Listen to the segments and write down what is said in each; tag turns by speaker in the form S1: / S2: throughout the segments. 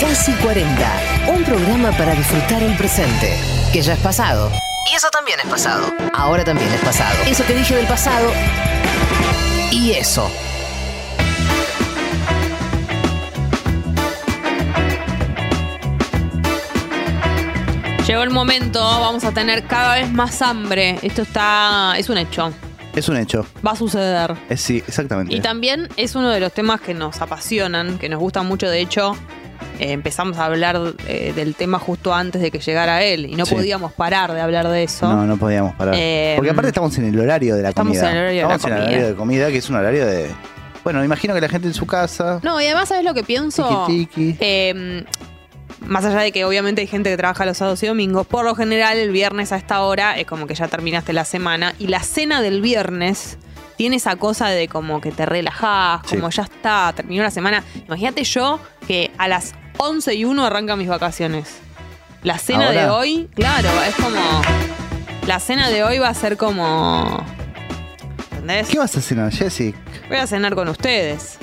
S1: 10 y 40, un programa para disfrutar el presente, que ya es pasado. Y eso también es pasado. Ahora también es pasado. Eso que dije del pasado. Y eso.
S2: Llegó el momento, vamos a tener cada vez más hambre. Esto está. es un hecho.
S3: Es un hecho.
S2: Va a suceder.
S3: Es, sí, exactamente.
S2: Y también es uno de los temas que nos apasionan, que nos gustan mucho. De hecho, eh, empezamos a hablar eh, del tema justo antes de que llegara él y no
S3: Sí.
S2: podíamos parar de hablar de eso.
S3: No, no podíamos parar.
S2: Eh,
S3: Porque aparte estamos en el horario de la
S2: estamos
S3: comida.
S2: en el horario de la
S3: Estamos en el
S2: comida.
S3: horario de comida, que es un horario de. Bueno, me imagino que la gente en su casa.
S2: No, y además, ¿sabes lo que pienso?
S3: Tiki, tiki.
S2: Eh, más allá de que obviamente hay gente que trabaja los sábados y domingos, por lo general el viernes a esta hora es como que ya terminaste la semana y la cena del viernes tiene esa cosa de como que te relajás,
S3: Sí.
S2: como ya está, terminó la semana. Imagínate yo que a las 11 y 1 arrancan mis vacaciones. La cena de
S3: ¿Ahora?
S2: hoy, claro, es como... La cena de hoy va a ser como... ¿Entendés?
S3: ¿Qué vas a cenar, Jessy?
S2: Voy a cenar con ustedes,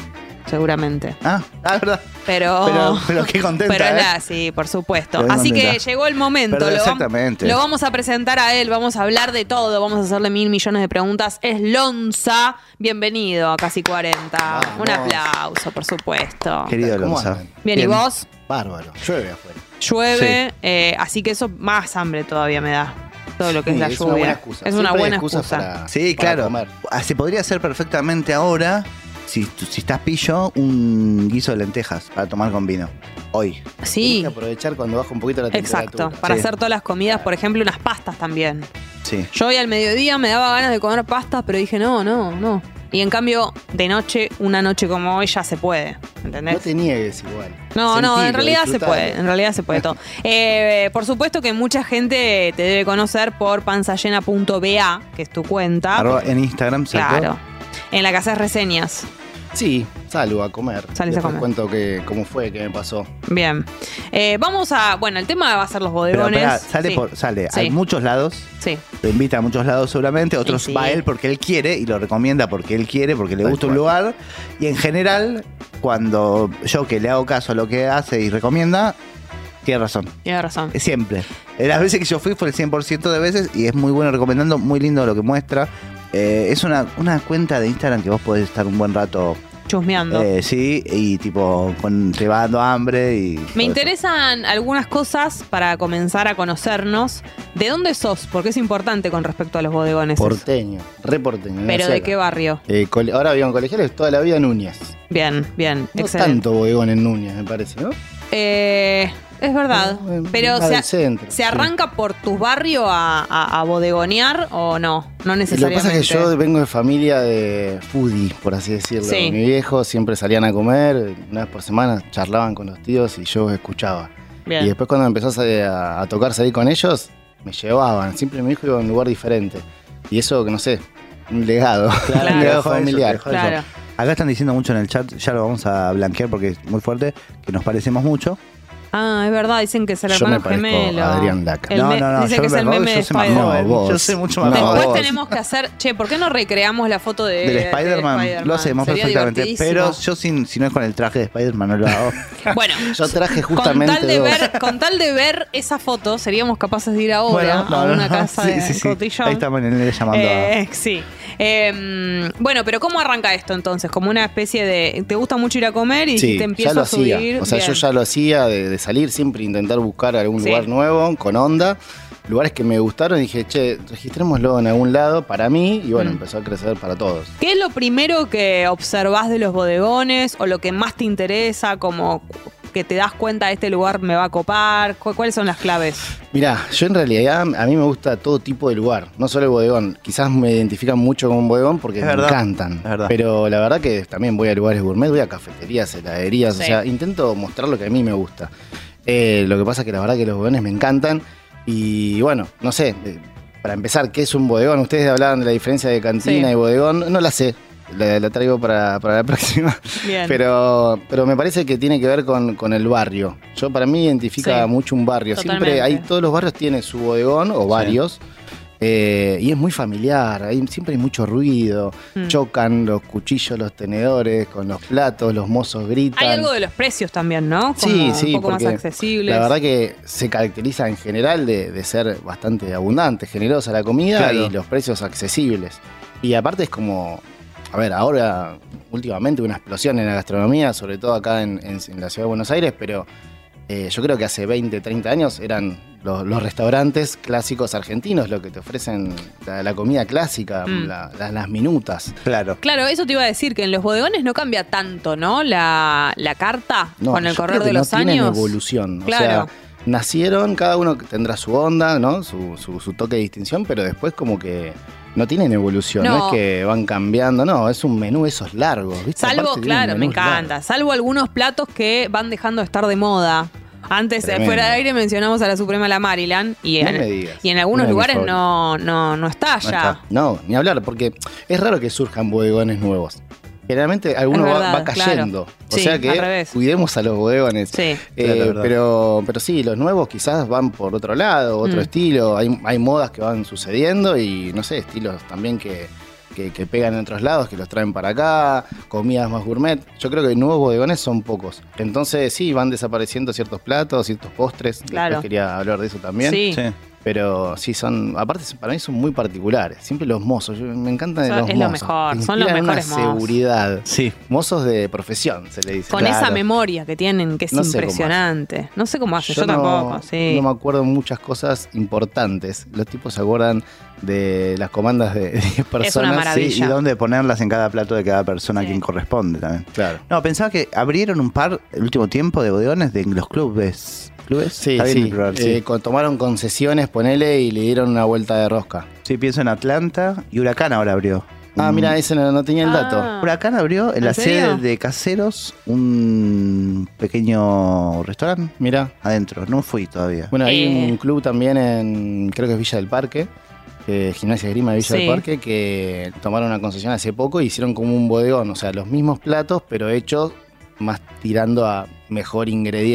S2: seguramente.
S3: Ah, ah, es verdad.
S2: Pero,
S3: Pero, pero qué contenta.
S2: Oh. pero
S3: ¿eh?
S2: nada, sí, por supuesto.
S3: Pero
S2: Así
S3: contenta.
S2: que llegó el momento.
S3: Pero
S2: lo, vam-
S3: exactamente.
S2: lo vamos a presentar a él, vamos a hablar de todo, vamos a hacerle mil millones de preguntas. Es Lonza, bienvenido a Casi 40. Un aplauso, por supuesto.
S3: Querido
S4: ¿Cómo
S3: Alonso.
S4: andan?
S2: Bien, ¿y vos?
S4: Bárbaro, llueve afuera.
S2: Llueve, eh, así que eso más hambre todavía me da. Todo lo que
S4: Sí,
S2: es la
S4: es
S2: lluvia.
S4: una buena excusa.
S2: Es una
S4: Siempre hay
S2: buena
S4: excusas
S2: excusa.
S4: para-
S3: Sí,
S4: para
S3: claro.
S4: comer.
S3: Ah, Se podría hacer perfectamente ahora, si, si estás pillo, un guiso de lentejas para tomar con vino. Hoy.
S4: Tenés
S2: Sí,
S4: que aprovechar cuando baja un poquito la temperatura.
S2: exacto. Para
S3: Sí.
S2: hacer todas las comidas, por ejemplo, unas pastas también.
S3: Sí.
S2: Yo hoy al mediodía me daba ganas de comer pastas, pero dije, no, no, no. Y en cambio, de noche, una noche como hoy ya se puede.
S4: No
S2: ¿Entendés?
S4: te niegues igual.
S2: No, no, en
S4: Sentilo,
S2: realidad se
S4: disfrutalo.
S2: puede, en realidad se puede todo. Eh, por supuesto que mucha gente te debe conocer por panzallena.ba, que es tu cuenta.
S3: Arroba en Instagram, ¿cierto?
S2: Ah, claro. En la que haces reseñas.
S4: Sí, salgo a comer.
S2: Salís a
S4: Después
S2: comer.
S4: cuento que, cómo fue, qué me pasó.
S2: Bien. Eh, vamos a. Bueno, el tema va a ser los
S3: Pero
S2: bodegones.
S3: pará, sale,
S2: sí,
S3: por, sale.
S2: Sí.
S3: hay muchos lados.
S2: sí.
S3: Lo invita a muchos lados seguramente, otros
S2: sí.
S3: va él porque él quiere y lo recomienda porque él quiere, porque le
S4: Tal
S3: gusta un
S4: cual.
S3: lugar. Y en general, cuando yo que le hago caso a lo que hace y recomienda, tiene razón.
S2: Tienes razón.
S3: Siempre. Eh, Las veces que yo fui fue el 100% de veces y es muy bueno recomendando, muy lindo lo que muestra. Eh, es una, una cuenta de Instagram que vos podés estar un buen rato,
S2: Chusmeando.
S3: eh, sí, y tipo, con, te va dando hambre y... todo eso.
S2: Me interesan algunas cosas para comenzar a conocernos. ¿De dónde sos? Porque es importante con respecto a los bodegones.
S4: Porteño, reporteño.
S2: Pero ¿de qué barrio?
S4: ahora vivo en colegiales toda la vida en Núñez.
S2: Bien, bien,
S4: No
S2: excelente.
S4: tanto bodegón en Núñez, me parece, ¿no?
S2: Eh, es verdad,
S4: No, en-
S2: pero
S4: más
S2: se,
S4: del
S2: a-
S4: centro,
S2: se
S4: sí.
S2: arranca por tu barrio a, a- a bodegonear o no, no
S4: Y Lo que
S2: necesariamente.
S4: pasa es que yo vengo de familia de foodie, por así decirlo.
S2: Sí.
S4: Mi viejo siempre salían a comer, una vez por semana charlaban con los tíos y yo escuchaba.
S2: Bien.
S4: Y después cuando empezó a, sa- a, a tocar salir con ellos, me llevaban. Siempre mi hijo iba a un lugar diferente. Y eso, que no sé, un legado.
S2: Claro.
S4: un
S3: Te dejo
S4: legado
S3: eso, te
S4: familiar.
S3: dejo eso.
S2: claro.
S3: Acá están diciendo mucho en el chat, ya lo vamos a blanquear porque es muy fuerte, que nos parecemos mucho.
S2: Ah, es verdad, dicen que es el
S4: Yo
S2: hermano
S4: me parezco
S2: gemelo.
S4: a Adrián Laca.
S2: El
S3: no,
S2: me-
S3: no, no,
S2: dice
S3: yo
S2: que es
S3: me
S2: el
S3: robo,
S2: meme de
S3: yo soy más
S2: Spider-Man.
S4: No,
S3: joven.
S4: vos.
S3: Yo soy mucho más
S4: No,
S2: Después
S3: joven.
S4: vos.
S2: tenemos que hacer, che, ¿por qué no recreamos la foto de,
S3: Del
S2: de
S3: Spider-Man lo hacemos
S2: Sería
S3: perfectamente,
S2: divertidísimo.
S3: pero yo sin, si no es con el traje de Spider-Man no lo hago.
S2: Bueno,
S4: Yo traje
S2: con
S4: justamente
S2: tal, de
S4: dos.
S2: ver, con tal de ver esa foto, seríamos capaces de ir ahora
S3: no,
S2: a
S3: no,
S2: una
S3: no,
S2: casa
S3: sí,
S2: de
S3: sí, sí.
S2: cotillón.
S3: Ahí estamos en el llamando
S2: Eh, sí. Eh, bueno, pero ¿cómo arranca esto entonces? Como una especie de. ¿Te gusta mucho ir a comer y
S4: Sí,
S2: te
S4: ya
S2: empieza
S4: lo
S2: a subir?
S4: hacía. O sea, yo
S2: Bien.
S4: ya lo hacía de, de salir, siempre intentar buscar algún
S2: Sí.
S4: lugar nuevo, con onda. Lugares que me gustaron, dije, che, registrémoslo en algún lado para mí. Y bueno,
S2: Mm.
S4: empezó a crecer para todos.
S2: ¿Qué es lo primero que observás de los bodegones o lo que más te interesa? Como que te das cuenta, este lugar me va a copar. ¿Cu- ¿Cuáles son las claves?
S4: Mirá, yo en realidad a mí me gusta todo tipo de lugar, no solo el bodegón. Quizás me identifican mucho con un bodegón porque
S3: Es
S4: me
S3: verdad,
S4: encantan.
S3: es verdad.
S4: Pero la verdad que también voy a lugares gourmet, voy a cafeterías, heladerías,
S2: Sí.
S4: o sea, intento mostrar lo que a mí me gusta. Eh, lo que pasa es que la verdad que los bodegones me encantan y bueno, no sé, eh, para empezar, ¿qué es un bodegón? Ustedes hablaban de la diferencia de cantina
S2: Sí.
S4: y bodegón, no la sé, la, la traigo para- para la próxima.
S2: Bien.
S4: Pero, pero me parece que tiene que ver con, con el barrio. Yo para mí identifica
S2: Sí.
S4: mucho un barrio.
S2: Totalmente.
S4: Siempre hay, todos los barrios tienen su bodegón o varios. Eh, y es muy familiar, hay- siempre hay mucho ruido,
S2: Mm.
S4: chocan los cuchillos, los tenedores con los platos, los mozos gritan.
S2: Hay algo de los precios también, ¿no? Como
S4: Sí, sí,
S2: Un poco más
S4: porque
S2: accesibles.
S4: La verdad que se caracteriza en general de, de ser bastante abundante, generosa la comida
S3: Claro.
S4: y los precios accesibles. Y aparte es como, a ver, ahora últimamente una explosión en la gastronomía, sobre todo acá en, en- en la ciudad de Buenos Aires, pero eh, yo creo que hace 20, 30 años eran los, los restaurantes clásicos argentinos lo que te ofrecen la, la comida clásica,
S2: Mm.
S4: la- la- las minutas.
S3: Claro.
S2: Claro, eso te iba a decir, que en los bodegones no cambia tanto, ¿no? La, la carta
S4: No,
S2: con el
S4: yo
S2: correr
S4: creo que
S2: de los
S4: no tienen
S2: años.
S4: evolución.
S2: Claro.
S4: O sea, nacieron, cada uno tendrá su onda, ¿no? Su, su- su toque de distinción, pero después como que no tienen evolución. No.
S2: No.
S4: es que van cambiando, no. Es un menú esos largos, ¿viste?
S2: Salvo,
S4: Aparte tienen
S2: claro, me
S4: menús
S2: encanta.
S4: largos.
S2: Salvo algunos platos que van dejando de estar de moda. Antes, eh,
S4: Tremendo.
S2: fuera de aire, mencionamos a la Suprema la Maryland. Y
S4: No
S2: en,
S4: me digas.
S2: y en algunos
S4: Una de mis
S2: lugares
S4: favoritas.
S2: no, no, no está
S4: No
S2: ya.
S4: está. No, ni hablar, porque es raro que surjan bodegones nuevos. Generalmente alguno va-
S2: verdad,
S4: va, cayendo.
S2: claro.
S4: O
S2: Sí,
S4: sea
S2: al
S4: que
S2: revés.
S4: cuidemos a los bodegones.
S2: Sí.
S4: Eh,
S3: Claro, es verdad.
S4: pero, pero sí, los nuevos quizás van por otro lado, otro
S2: Mm.
S4: estilo. Hay, hay modas que van sucediendo y no sé, estilos también que, que- que pegan en otros lados, que los traen para acá, comidas más gourmet. Yo creo que nuevos bodegones son pocos. Entonces sí, van desapareciendo ciertos platos, ciertos postres. Después
S2: Claro.
S4: quería hablar de eso también.
S2: Sí.
S3: Sí.
S4: Pero sí, son. Aparte, son- para mí son muy particulares. Siempre los mozos. yo- me encantan
S2: Son-
S4: los
S2: es
S4: mozos.
S2: lo mejor,
S4: Te
S2: son los
S4: inspiran
S2: mejores
S4: una
S2: mozos.
S4: seguridad.
S3: Sí.
S4: Mozos de profesión, se le dice.
S2: Con esa
S4: Claro.
S2: memoria que tienen, que es
S4: No sé cómo
S2: impresionante. no sé cómo hacen, yo,
S4: no-
S2: tampoco. Sí.
S4: No me acuerdo muchas cosas importantes. Los tipos se acuerdan de las comandas de 10 personas.
S2: maravilla.
S3: Sí, y dónde ponerlas en cada plato de cada persona a
S2: Sí.
S3: quien corresponde también.
S4: Claro.
S3: No, pensaba que abrieron un par el último tiempo de bodegones de en los clubes. ¿Clubes?
S4: Sí,
S3: Está bien
S4: sí.
S3: el plural,
S4: Eh, con- tomaron concesiones, ponele, y le dieron una vuelta de rosca.
S3: Sí, pienso en Atlanta y Huracán ahora abrió.
S4: Ah,
S3: Un-
S4: mira, ese no, no tenía el dato.
S2: Ah.
S3: Huracán abrió en
S2: ¿En
S3: la
S2: serio?
S3: sede de Caseros un pequeño restaurante
S4: Mira.
S3: adentro. No fui todavía.
S4: Bueno, hay
S2: Eh.
S4: un club también en, creo que es Villa del Parque, eh, Gimnasia Grima de Villa
S2: Sí.
S4: del Parque, que tomaron una concesión hace poco y hicieron como un bodegón, o sea, los mismos platos, pero hechos más tirando a mejor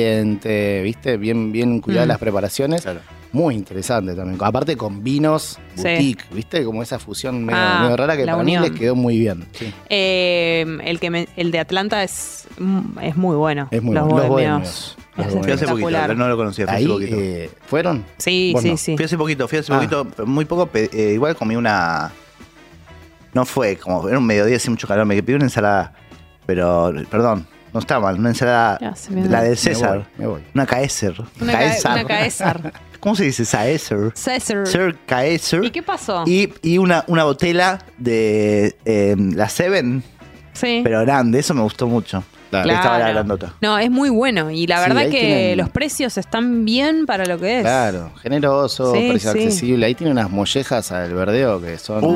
S4: ingrediente, ¿viste? Bien, bien cuidadas
S2: Mm.
S4: las preparaciones.
S3: Claro.
S4: Muy interesante también. Aparte con vinos,
S2: Sí.
S4: boutique, ¿viste? Como esa fusión medio,
S2: Ah,
S4: medio rara que
S2: la
S4: para
S2: unión.
S4: mí les quedó muy bien.
S2: Eh, el, que me- el de Atlanta es, mm, es muy bueno.
S4: Es muy
S2: los
S4: bueno. Los
S2: bohemios.
S4: bohemios. Los
S2: Es
S4: bohemios.
S3: Fui hace poquito,
S2: espectacular.
S3: no lo conocía, fui hace
S4: Ahí
S3: poquito.
S4: eh, fueron.
S2: Sí,
S4: Vos
S2: sí,
S4: no.
S2: sí.
S3: Fui hace poquito, fui hace
S4: Ah.
S3: poquito, pero muy poco, pe- eh, igual comí una... No fue, como era un mediodía, hacía mucho calor, me pedí una ensalada, pero, perdón, no está mal, una ensalada,
S2: Ya, Ah, se me-
S3: la del
S4: Me voy,
S3: César,
S4: me voy.
S3: una Caesar.
S2: Una, ca- una Caesar.
S3: ¿Cómo se dice? Caesar.
S2: Caesar.
S3: Sir Caesar.
S2: ¿Y qué pasó?
S3: Y, y una, una botella de eh, la Seven,
S2: sí.
S3: pero grande, eso me gustó mucho.
S4: Claro.
S3: Que Estaba la
S2: Claro.
S3: grandota.
S2: No, es muy bueno. Y la
S4: Sí,
S2: verdad
S4: ahí
S2: que
S4: tienen-
S2: los precios están bien para lo que es.
S4: Claro, generoso,
S2: Sí,
S4: precio
S2: sí.
S4: accesible. Ahí tiene unas mollejas al verdeo que
S2: Ah.
S4: son.
S3: Uh,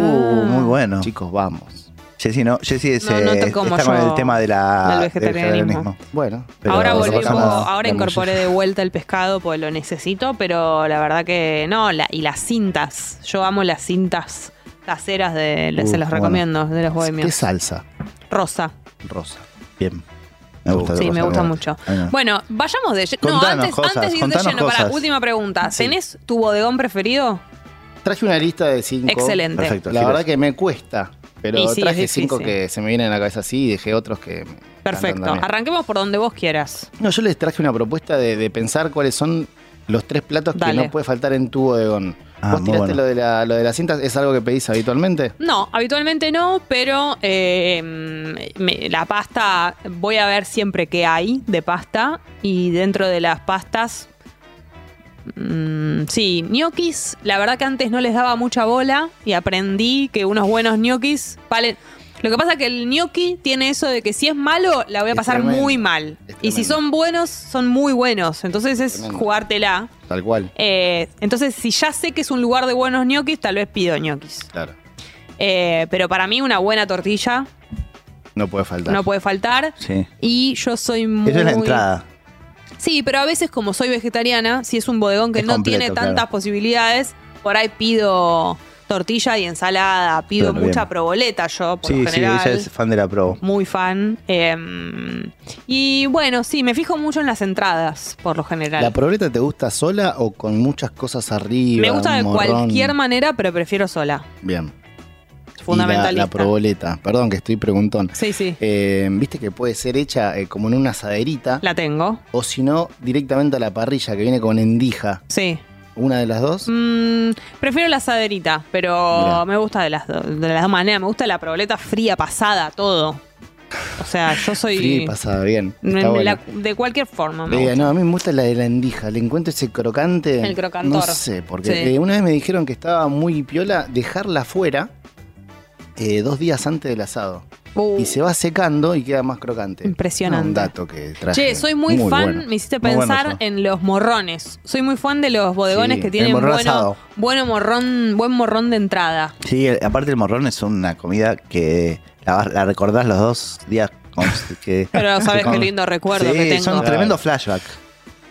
S3: muy bueno.
S4: Chicos, vamos.
S3: Jessy, no, Jessy es,
S2: No, no
S3: eh,
S2: te
S3: está
S2: como
S3: con
S2: yo
S3: el tema de la,
S2: del vegetarianismo.
S4: Bueno,
S3: Pero
S2: ahora
S3: lo
S2: volví,
S3: sacamos
S2: un poco-
S3: la-
S2: ahora
S4: la
S2: incorporé de vuelta el pescado pues lo necesito, pero la verdad que no, la- y las cintas. Yo amo las cintas caseras de,
S4: Uh,
S2: se las
S4: bueno.
S2: recomiendo, de los
S4: ¿Qué
S2: bohemios.
S4: salsa?
S2: Rosa.
S4: Rosa.
S3: Bien. Me gusta.
S2: Sí,
S3: Rosa,
S2: me gusta
S3: bien.
S2: mucho.
S3: Ahí va.
S2: Bueno, vayamos de lleno. No,
S3: Ah. Contanos
S2: antes,
S3: cosas,
S2: antes de ir de
S3: contanos
S2: lleno, para
S3: cosas.
S2: última pregunta.
S3: Sí.
S2: ¿Tenés tu bodegón preferido?
S4: Traje una lista de cinco.
S2: Excelente.
S3: Perfecto.
S4: La verdad que me cuesta, pero
S2: Y sí, es
S4: traje
S2: difícil.
S4: cinco que se me vienen a la cabeza así y dejé otros que. me encantan
S2: Perfecto.
S4: también.
S2: Arranquemos por donde vos quieras.
S4: No, yo les traje una propuesta de, de pensar cuáles son los tres platos que
S2: Dale.
S4: no puede faltar en tu bodegón.
S3: Ah,
S4: Vos
S3: muy
S4: tiraste
S3: bueno.
S4: lo, de la, lo de las cintas, ¿es algo que pedís habitualmente?
S2: No, habitualmente no, pero eh, mm, me- la pasta, voy a ver siempre qué hay de pasta y dentro de las pastas, mm, sí, ñoquis, la verdad que antes no les daba mucha bola y aprendí que unos buenos ñoquis valen... Lo que pasa que el gnocchi tiene eso de que si es malo, la voy a
S4: Es
S2: pasar
S4: tremendo,
S2: muy mal.
S4: es
S2: Y si
S4: tremendo.
S2: son buenos, son muy buenos. Entonces es
S4: Tremendo.
S2: jugártela.
S4: Tal cual.
S2: Eh, entonces, si ya sé que es un lugar de buenos ñoquis, tal vez pido ñoquis.
S4: Claro.
S2: Eh, pero para mí una buena tortilla
S4: No puede faltar.
S2: no puede faltar.
S3: Sí.
S2: Y yo soy muy...
S3: Eso es la entrada.
S2: Sí, pero a veces como soy vegetariana, si es un bodegón que
S3: Es
S2: no
S3: completo,
S2: tiene tantas
S3: claro.
S2: posibilidades, por ahí pido tortilla y ensalada. Pido
S3: Pero bien.
S2: mucha proboleta yo, por
S3: Sí,
S2: lo
S3: sí,
S2: general.
S3: ella es fan de la Pro.
S2: Muy fan. Eh, y bueno, sí, me fijo mucho en las entradas, por lo general.
S4: ¿La proboleta te gusta sola o con muchas cosas arriba?
S2: me gusta de
S4: un morrón?
S2: cualquier manera, pero prefiero sola.
S4: Bien. Y
S2: Fundamentalista.
S4: La, la proboleta. Perdón que estoy preguntón.
S2: Sí, sí.
S4: Eh, Viste que puede ser hecha eh, como en una asaderita
S2: La tengo.
S4: o si no, directamente a la parrilla que viene con endija.
S2: Sí.
S4: Una de las dos.
S2: Mm, prefiero la saderita, pero
S4: Mirá.
S2: me gusta de las, do- de las dos maneras. Me gusta la proboleta fría, pasada, todo. O sea, yo soy.
S4: Sí, pasada, bien.
S2: me-
S4: Está
S2: me
S4: bueno.
S2: la- de cualquier forma. Me
S4: Eh,
S2: gusta.
S4: no, a mí me gusta la de la endija. Le encuentro ese crocante.
S2: El crocantor.
S4: No sé, porque
S2: Sí.
S4: eh, una vez me dijeron que estaba muy piola dejarla fuera eh, dos días antes del asado.
S2: Uh,
S4: Y se va secando y queda más crocante.
S2: Impresionante.
S4: Ah, un dato que traje.
S2: Che, soy muy, fan,
S4: bueno.
S2: me hiciste
S3: Muy bueno
S2: pensar
S3: eso.
S2: en los morrones. Soy muy fan de los bodegones
S4: Sí,
S2: que
S4: el
S2: tienen
S3: morrón
S2: bueno,
S3: asado.
S2: bueno morrón, buen morrón de entrada.
S3: Sí, el- aparte el morrón es una comida que la, vas- la recordás los dos días con- que...
S2: Pero sabes
S3: que
S2: qué
S3: con-
S2: lindo recuerdo
S3: Sí,
S2: que tengo.
S3: son
S4: Claro.
S3: tremendos flashback.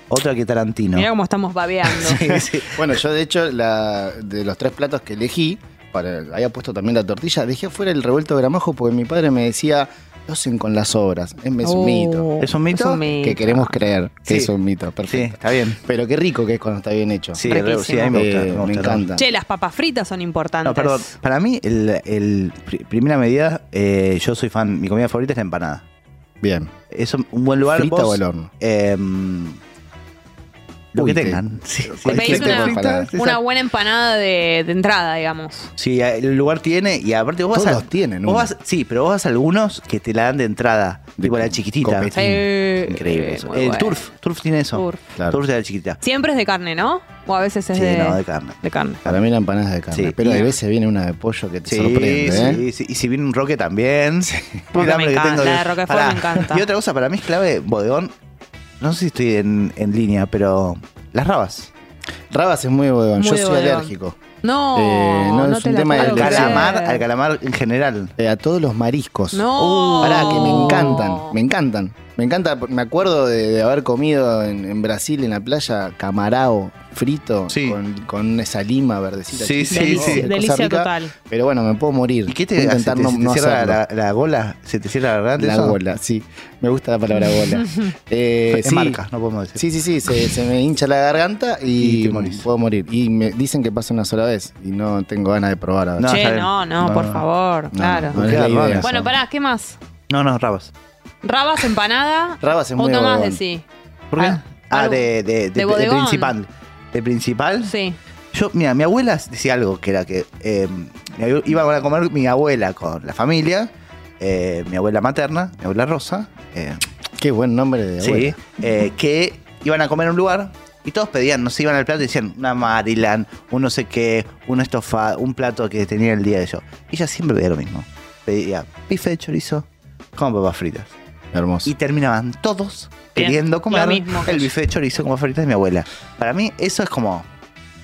S3: Otra que Tarantino.
S2: Mirá cómo estamos babeando.
S3: Sí, sí.
S4: Bueno, yo de hecho, la, de los tres platos que elegí, para, había puesto también la tortilla, dejé afuera el revuelto gramajo porque mi padre me decía, lo hacen con las obras. Es, es
S2: Oh,
S4: un mito.
S2: Uh,
S3: ¿Es un mito?
S4: Que queremos creer
S3: Sí.
S4: que es un mito,
S3: Sí,
S4: perfecto.
S3: está bien.
S4: Pero qué rico que es cuando está bien hecho.
S3: Sí, re-
S2: Riquísimo.
S3: sí, a mí me gusta.
S4: Eh,
S3: me gusta.
S4: encanta.
S2: Che, las papas fritas son importantes.
S3: No, perdón. Para mí, el, el pri- primera medida, eh, yo soy fan, mi comida favorita es la empanada.
S4: Bien.
S3: Es un un buen lugar.
S4: ¿Frita
S3: vos,
S4: o al horno?
S3: em, lo
S4: Uy,
S3: que
S4: te-
S3: tengan. Sí, sí,
S2: Te pedís
S3: que tengan
S2: una-
S3: frita,
S4: una
S2: Una
S3: exacto.
S2: buena empanada de, de entrada, digamos.
S3: Sí, el lugar tiene y aparte vos vas
S4: Todos
S3: a,
S4: tienen
S3: vos
S4: una.
S3: vas- sí, pero vos vas a algunos que te la dan de entrada,
S4: De
S3: tipo la chiquitita.
S4: copetín.
S2: Eh,
S3: Increíble eso.
S2: muy
S3: El
S2: bueno.
S3: turf, turf tiene eso.
S2: Turf.
S3: Turf,
S4: Claro.
S3: de la chiquitita.
S2: Siempre es de carne, ¿no? O a veces es
S3: Sí,
S2: de,
S3: no, de carne.
S2: de carne.
S4: Para mí la empanada es de carne.
S3: Sí.
S4: Pero de
S2: Bien.
S4: veces viene una de pollo que te
S3: Sí,
S4: sorprende, ¿eh?
S3: sí, sí. Y si viene un roque también.
S2: Roque
S3: El
S2: me
S3: hambre que
S2: encanta,
S3: tengo
S2: la de Roquefort
S3: Pará.
S2: me encanta.
S3: Y otra cosa, para mí es clave, bodegón. No sé si estoy en, en línea, pero las rabas.
S4: Rabas es muy bodegón.
S2: Muy
S4: Yo soy
S2: bodegón.
S4: alérgico.
S2: No,
S4: Eh,
S2: no,
S4: no, es
S2: te
S4: un
S2: la
S4: tema del
S2: puedo
S3: Al
S4: Claro,
S2: creer.
S3: calamar, al calamar en general.
S4: Eh, a todos los mariscos.
S2: No.
S4: Pará, que me encantan, me encantan. Me encanta, me acuerdo de, de haber comido en, en Brasil, en la playa, camarao frito
S3: Sí.
S4: con, con esa lima verdecita.
S3: Sí,
S4: chiquita,
S3: sí,
S4: ¿no?
S3: sí.
S4: Cosa
S2: Delicia
S4: rica,
S2: total.
S4: Pero bueno, me puedo morir.
S3: ¿Y qué te
S4: Voy a
S3: hace?
S4: intentar
S3: ¿Te,
S4: no,
S3: se te
S4: no
S3: cierra
S4: hacerlo.
S3: la, la gola? ¿Se te cierra la garganta?
S4: La
S3: eso?
S4: gola, sí. Me gusta la palabra gola. Eh,
S3: Es
S4: sí.
S3: marca, no podemos decir.
S4: Sí, sí, sí, se, se me hincha la garganta y,
S3: Y te morís.
S4: puedo morir. Y me dicen que pasa una sola vez y no tengo ganas de probar ahora.
S3: No,
S2: che,
S3: está bien.
S2: no, no,
S3: No,
S2: por
S3: no.
S2: favor, claro.
S4: no es la
S3: Queda raro.
S4: idea.
S2: Bueno, pará, ¿qué más?
S3: No, no, rabas.
S2: Rabas, empanada.
S4: Rabas es muy
S2: Otra más
S4: bodegón.
S2: de sí.
S3: ¿Por qué?
S2: Ah,
S3: Ah,
S2: algo-
S3: de, de, de- de
S2: bodegón.
S3: principal. ¿De principal?
S2: Sí.
S3: Yo, mira, mi abuela decía algo que era que eh, mi abu- iban a comer mi abuela con la familia, eh, mi abuela materna, mi abuela Rosa, eh,
S4: Qué buen nombre de
S3: sí,
S4: abuela.
S3: eh, que iban a comer en un lugar y todos pedían, no se iban al plato y decían una Maryland, un no sé qué, un estofado, un plato que tenía el día de yo. Y ella siempre pedía lo mismo. Pedía bife de chorizo con papas fritas.
S4: Hermoso.
S3: Y terminaban todos
S2: Bien,
S3: queriendo
S2: lo
S3: comer
S2: mismo que
S3: el
S2: yo.
S3: bife de chorizo con papas fritas de mi abuela. Para mí eso es como...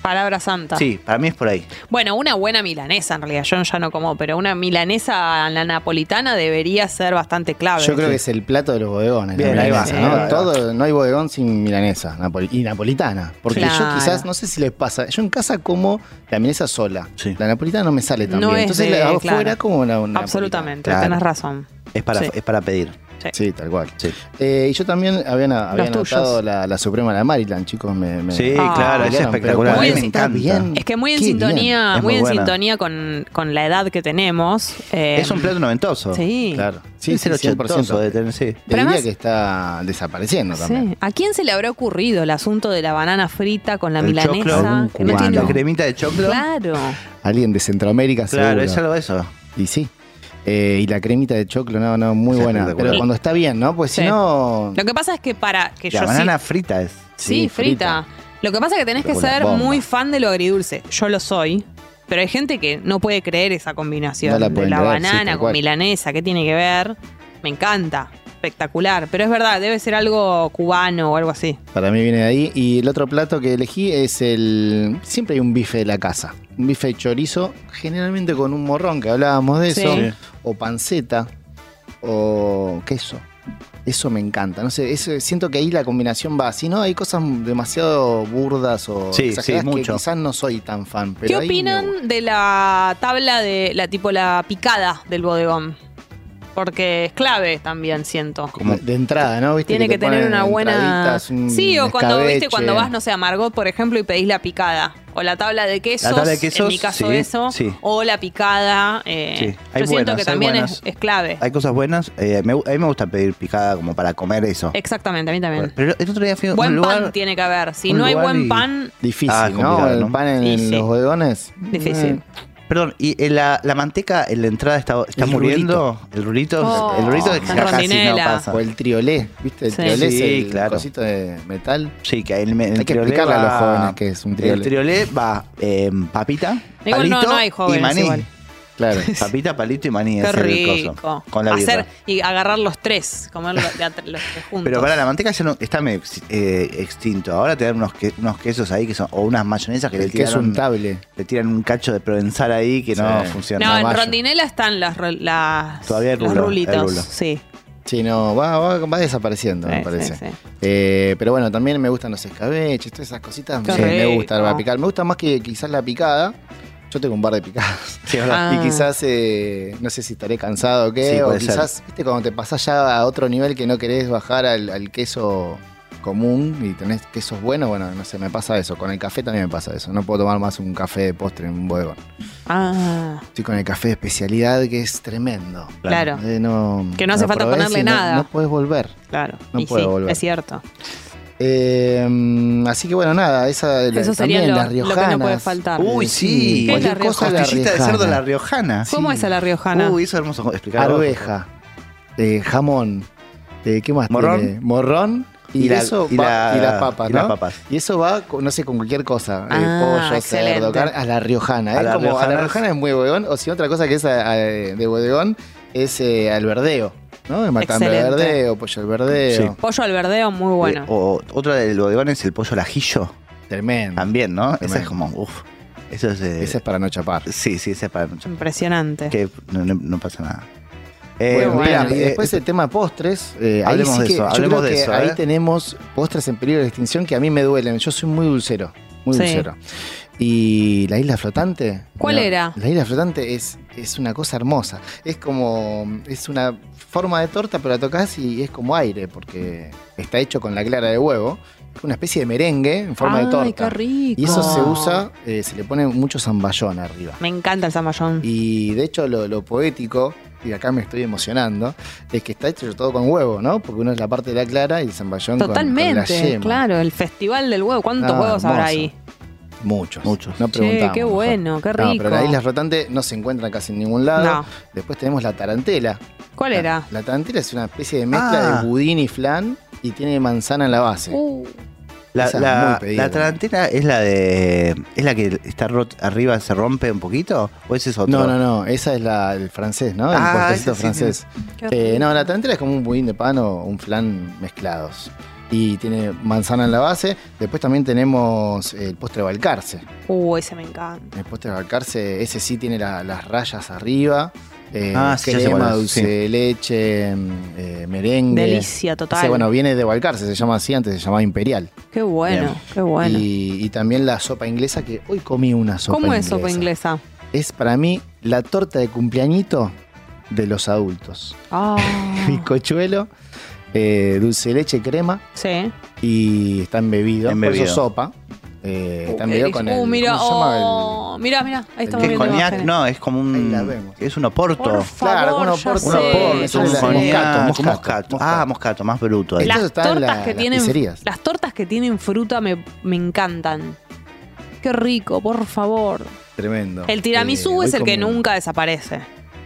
S2: Palabra santa.
S3: Sí, para mí es por ahí.
S2: Bueno, una buena milanesa en realidad. Yo ya no como, pero una milanesa a la napolitana debería ser bastante clave.
S4: Yo creo que es el plato de los bodegones.
S3: Bien,
S4: la
S3: ahí va,
S4: milanesa,
S3: ahí va, ahí va.
S4: ¿no? Todo, no hay bodegón sin milanesa napoli- y napolitana. Porque
S2: Claro.
S4: yo quizás, no sé si les pasa, yo en casa como la milanesa sola.
S3: Sí.
S4: La napolitana no me sale tan
S2: No
S4: bien.
S2: es
S4: Entonces
S2: de-
S4: la hago
S2: claro.
S4: fuera como la una
S2: Absolutamente,
S3: Claro.
S2: tenés razón.
S3: Es para,
S2: Sí.
S3: es para pedir.
S4: napolitana. Sí, tal cual.
S3: Sí,
S4: Eh, y yo también había, na- había
S2: Los tuyos.
S4: anotado la, la Suprema de la Maryland, chicos. Me, me-
S3: sí
S2: Ah.
S3: claro, es
S4: Pelearon,
S3: espectacular.
S4: pero
S3: A mí me
S2: bueno,
S4: está
S3: encanta.
S4: bien.
S2: Es que muy en
S4: Qué
S2: sintonía,
S3: bien,
S2: muy
S3: es muy
S2: en
S3: buena.
S2: sintonía con, con la edad que tenemos. eh,
S3: Es un plato noventoso.
S2: Sí.
S4: Claro.
S3: Sí, es el
S4: 100%.
S3: ochentoso de
S4: Te
S3: tener, sí.
S2: Pero además-
S4: diría que está desapareciendo también.
S2: Sí. ¿A quién se le habrá ocurrido el asunto de la banana frita con la
S3: El
S2: milanesa?
S3: choclo,
S2: Que no
S3: La
S4: cubano.
S2: tiene-
S3: cremita de choclo. Claro,
S2: Claro.
S4: Alguien de Centroamérica seguro.
S3: es algo de eso.
S4: Y sí. Eh, y la cremita de choclo, no, no, muy
S3: Es
S4: buena.
S3: espectacular.
S4: Pero cuando está bien, ¿no? Pues
S2: Sí.
S4: si no.
S2: Lo que pasa es que para que
S3: La
S2: yo sí-
S3: banana frita es.
S2: sí,
S4: sí,
S2: frita.
S4: frita.
S2: Lo que pasa es que tenés que
S4: Pero con la
S2: ser
S4: bomba.
S2: muy fan de lo agridulce. Yo lo soy. Pero hay gente que no puede creer esa combinación
S4: No la
S2: de
S4: pueden
S2: la
S4: creer, sí,
S2: banana
S4: tal
S2: con
S4: cual.
S2: milanesa, ¿qué tiene que ver? Me encanta, espectacular. Pero es verdad, debe ser algo cubano o algo así.
S4: Para mí viene de ahí. Y el otro plato que elegí es el. Siempre hay un bife de la casa. Un bife de chorizo, generalmente con un morrón, que hablábamos de
S2: Sí.
S4: eso.
S2: Sí.
S4: O panceta. O queso. Eso me encanta. No sé, eso- siento que ahí la combinación va. Si no, hay cosas demasiado burdas o
S3: Sí, sí,
S4: exageradas que
S3: mucho.
S4: quizás no soy tan fan. Pero
S2: ¿Qué
S4: ahí me gusta.
S2: opinan de la tabla de la tipo la picada del bodegón? Porque es clave también, siento.
S3: Como-
S4: De entrada, ¿no? ¿Viste
S2: Tiene que,
S4: te
S2: tener
S4: ponen
S2: una buena.
S4: entraditas, un
S2: sí, o cuando viste
S4: escabeche?
S2: cuando vas, no sé, a Margot, por ejemplo, y pedís la picada. O la tabla de quesos.
S3: La tabla de quesos,
S2: en mi caso,
S3: sí,
S2: eso.
S3: sí.
S2: O la picada. eh,
S3: Sí, hay
S2: yo siento
S3: buenas,
S2: que
S3: hay
S2: también es,
S3: buenas.
S2: es clave.
S3: Hay cosas buenas. eh, me- a mí me gusta pedir picada como para comer eso.
S2: Exactamente, a mí también.
S3: Pero el otro día fui a
S2: buen
S3: un lugar.
S2: pan tiene que haber. Si
S3: un
S2: no hay
S3: lugar
S2: buen
S3: y-
S2: pan,
S4: Difícil,
S3: Ah,
S4: ¿no?
S3: complicado,
S4: El
S3: ¿no?
S4: pan en,
S2: Sí,
S4: en
S2: sí.
S4: los Mm. bodegones.
S2: Difícil.
S3: Perdón, y eh, la, la manteca en la entrada está, está
S4: El
S3: muriendo. El rulito.
S2: Oh,
S3: el rulito es que
S2: con
S3: ya casi no
S2: rondinela.
S4: Eh,
S3: pasa.
S4: o el triolé, ¿viste? El
S2: Sí.
S4: triolé es
S3: Sí,
S4: el
S3: claro.
S4: cosito de metal.
S3: Sí, que el, el
S4: Hay que
S3: triolé
S4: explicarle a los
S3: va-
S4: jóvenes qué es un triolé.
S3: El triolé va eh, papita,
S2: Igual no-
S3: palito
S2: no hay jóvenes
S3: y maní.
S2: igual.
S4: Claro.
S3: Papita, palito y
S2: qué
S3: maní. es el coso,
S2: rico.
S3: con la birra.
S2: Hacer y agarrar los tres, comer los, de a tre- los tres juntos.
S3: Pero para la manteca ya no, está medio ex- eh, extinto. Ahora te dan unos, que- unos quesos ahí que son, o unas mayonesas que le
S4: el que es
S3: tiran,
S4: untable.
S3: le tiran un cacho de provenzal ahí que no
S4: Sí.
S3: funciona.
S2: no, en
S4: Mayo.
S2: Rondinela están las, ro- las-
S3: Todavía el
S2: los
S3: rulo, el
S2: rulitos.
S3: rulo.
S2: Sí.
S4: Sí, no, va, va, va desapareciendo,
S2: Sí,
S4: me parece.
S2: sí, sí.
S4: Eh, pero bueno, también me gustan los escabeches, todas esas cositas.
S2: Qué
S4: Me, me
S2: rico.
S4: gusta la picar. Me gusta más que quizás la picada. Yo tengo un par de picadas.
S3: Sí, es verdad.
S2: Ah.
S4: Y quizás, eh, no sé si estaré cansado o qué,
S3: Sí,
S4: o
S3: puede ser.
S4: quizás, viste, cuando te pasás ya a otro nivel que no querés bajar al, al queso común y tenés quesos buenos, bueno, no sé, me pasa eso. Con el café también me pasa eso. No puedo tomar más un café de postre en un bodegón.
S2: Ah,
S4: Estoy con el café de especialidad que es tremendo.
S2: Claro.
S4: Eh, no,
S2: Que no hace falta
S4: probés
S2: ponerle
S4: y no-
S2: nada.
S4: No, puedes volver.
S2: claro.
S4: No
S2: Y
S4: puedo
S2: sí,
S4: volver.
S2: Es cierto.
S4: Eh, así que bueno, nada, esa la-
S2: Eso sería
S4: también
S2: lo-
S4: las
S2: lo que no
S4: riojanas.
S2: puede faltar.
S3: Uy, sí.
S2: ¿Qué es la
S4: Cualquier cosa a la
S3: Costillita de cerdo a la
S4: riojana.
S3: riojana.
S2: ¿Cómo
S4: sí.
S2: es a la Riojana?
S3: Uy, eso es hermoso. Explicar
S4: Arveja, eh, jamón, eh, ¿qué más?
S3: Morrón.
S4: tiene? Morrón y,
S3: Y la-
S4: eso
S3: y
S4: va-
S3: la-
S4: y las papas,
S3: y las
S4: ¿no?
S3: papas.
S4: Y eso va, con- no sé, con cualquier cosa. eh,
S2: Ah,
S4: pollo,
S2: excelente.
S4: cerdo, carne, a la riojana.
S3: A
S4: eh,
S3: la
S4: como- a
S3: riojana
S4: la
S3: es-
S4: riojana es muy bodegón, o si otra cosa que es a- a- de bodegón es eh, al verdeo, ¿no? El matambre al
S2: Excelente.
S4: verdeo, pollo al verdeo.
S2: Pollo al verdeo,
S4: Eh,
S2: muy bueno.
S3: Eh,
S4: oh.
S3: o, otra del bodegón es el pollo al ajillo.
S4: Tremendo.
S3: También, ¿no? Esa es
S4: Tremendo.
S3: como, uff. Eso es. eh,
S4: Mm. Ese es para no chapar.
S3: Sí, sí, esa es para
S2: Mm.
S3: mucho.
S2: Impresionante.
S3: Que no, no- no pasa nada.
S4: Bueno,
S3: mira,
S4: bueno, y
S3: eh,
S4: después el tema postres, eh, ahí
S3: hablemos
S4: sí
S3: de
S4: que
S3: eso,
S4: yo
S3: hablemos
S4: creo
S3: de
S4: que
S3: eso,
S4: ahí
S3: ¿eh?
S4: tenemos postres en peligro de extinción que a mí me duelen. Yo soy muy dulcero, muy
S2: Sí.
S4: dulcero. Y la isla flotante.
S2: ¿Cuál era?
S4: La isla flotante es, es una cosa hermosa. Es como. Es una forma de torta, pero la tocas y es como aire, porque está hecho con la clara de huevo. Es una especie de merengue en forma
S2: Ay,
S4: de torta.
S2: qué rico.
S4: Y eso se usa, eh, se le pone mucho zamballón arriba.
S2: Me encanta el zamballón.
S4: Y de hecho lo, lo poético, y acá me estoy emocionando, es que está hecho todo con huevo, ¿no? Porque uno es la parte de la clara y el zamballón con-
S2: Totalmente,
S4: con, la yema.
S2: claro. El festival del huevo. ¿Cuántos
S4: Ah,
S2: huevos habrá
S4: hermoso.
S2: ahí?
S4: Muchos.
S3: Muchos.
S4: No
S2: Che,
S4: preguntamos.
S2: qué bueno, qué
S4: No,
S2: rico.
S4: pero la isla flotante no se encuentra casi en ningún lado.
S2: No.
S4: Después tenemos la tarantela.
S2: ¿Cuál
S4: La-
S2: era?
S4: La, tarantela es una especie de mezcla
S3: Ah.
S4: de budín y flan y tiene manzana en la base.
S2: Uh,
S3: La,
S4: Esa es
S3: la-
S4: muy pedida,
S3: la
S4: ¿no?
S3: tarantela es la de. ¿Es la que está rot- arriba, se rompe un poquito? ¿O ese es otro?
S4: No, no, no, esa es la el francés, ¿no? El
S3: Ah,
S4: puestecito
S3: ese sí,
S4: francés.
S2: qué
S4: Eh,
S2: rico.
S4: no, la tarantela es como un budín de pan o un flan mezclados. Y tiene manzana en la base. Después también tenemos eh, el postre balcarce.
S2: Uh, ese me encanta.
S4: El postre balcarce, ese sí tiene la- las rayas arriba. eh,
S3: Ah, sí, ya sé cuál
S4: crema,
S3: es,
S4: dulce
S3: sí.
S4: de leche, mm, eh, merengue.
S2: Delicia
S4: O
S2: total.
S4: sea, bueno, viene de balcarce, se llama así, antes se llamaba imperial.
S2: qué bueno,
S3: Bien.
S2: qué bueno.
S4: Y, y también la sopa inglesa, que hoy comí una sopa
S2: ¿Cómo es
S4: inglesa.
S2: sopa inglesa?
S4: Es para mí la torta de cumpleañito de los adultos.
S2: Ah,
S4: bizcochuelo, eh, dulce de leche, crema
S2: sí.
S4: y está embebido.
S3: Embebido.
S4: Por eso sopa. Eh, está
S2: Uh,
S4: embebido
S2: qué
S4: con
S2: delicia.
S4: el.
S2: Uh, mira,
S4: ¿cómo se llama el-
S2: oh, mira, mira, ahí estamos
S3: ¿Qué es
S2: viendo
S3: coñac?
S2: imágenes.
S3: No, es como
S4: Ahí
S3: un.
S4: la vemos.
S3: Es un oporto.
S2: Por
S4: Claro,
S2: favor,
S4: uno
S2: ya
S4: por-
S2: sé.
S3: un oporto, es
S4: eso
S3: un
S4: es la-
S3: coñac,
S4: moscato, moscato,
S3: Ah,
S4: moscato.
S3: moscato, más bruto ahí.
S4: La-
S2: Las
S4: Eso está en
S2: tortas
S4: la-
S2: que
S4: las
S2: tienen
S4: pizzerías.
S2: las tortas que tienen fruta me, me encantan. Qué rico, por favor.
S4: Tremendo.
S2: El
S4: Eh,
S2: tiramisú
S4: hoy
S2: es el que
S4: comí-
S2: nunca desaparece.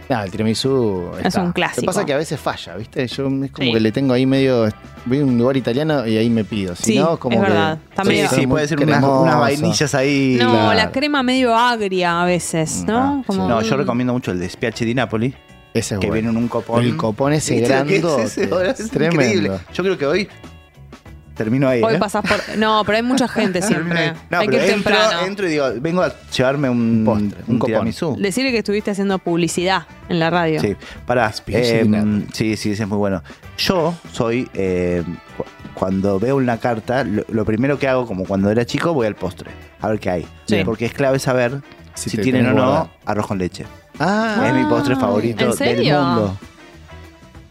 S4: No, el tiramisú
S2: Es
S4: está.
S2: un
S4: Lo
S2: clásico.
S4: que pasa es que a veces falla, ¿viste? Yo es como
S2: Sí.
S4: que le tengo ahí medio. Voy a un lugar italiano y ahí me pido. Si
S2: Sí,
S4: no, es como
S2: es
S4: que-
S2: verdad. Está
S4: Sí,
S3: Sí,
S2: medio-
S4: está
S3: sí,
S4: muy
S3: puede ser unas,
S4: cremoso.
S3: unas vainillas ahí.
S2: No,
S4: Claro.
S2: la crema medio agria a veces, ¿no?
S4: Ah,
S2: Como
S4: sí.
S3: No, yo
S2: un-
S3: recomiendo mucho el de Spiaggi di Napoli,
S4: Ese es
S3: que
S4: bueno.
S3: viene en un copón.
S4: El copón ese
S3: ¿Viste lo que es
S4: grandote.
S3: ese? Ahora es
S4: Tremendo.
S3: increíble. Yo creo que hoy termino ahí.
S2: Hoy
S3: ¿eh?
S2: pasás por. No, pero hay mucha gente
S3: Termino ahí.
S2: siempre.
S3: No,
S2: hay que
S3: pero
S2: ir
S3: entro,
S2: temprano.
S3: entro y digo, vengo a llevarme un,
S4: Postre,
S3: un,
S4: un copón.
S3: tiramisú.
S2: Decirle que estuviste haciendo publicidad en la radio.
S3: Sí, pará.
S4: Inspiración.
S3: em, sí, sí, ese es muy bueno. Yo soy, em, cu- cuando veo una carta, lo, lo primero que hago, como cuando era chico, voy al postre, a ver qué hay.
S2: Sí.
S3: Porque es clave saber si,
S4: Si te
S3: tienen o
S4: tenés
S3: no
S4: guardado.
S3: arroz con leche.
S4: Ah,
S3: es mi postre favorito
S2: ¿en
S3: del
S2: serio?
S3: mundo.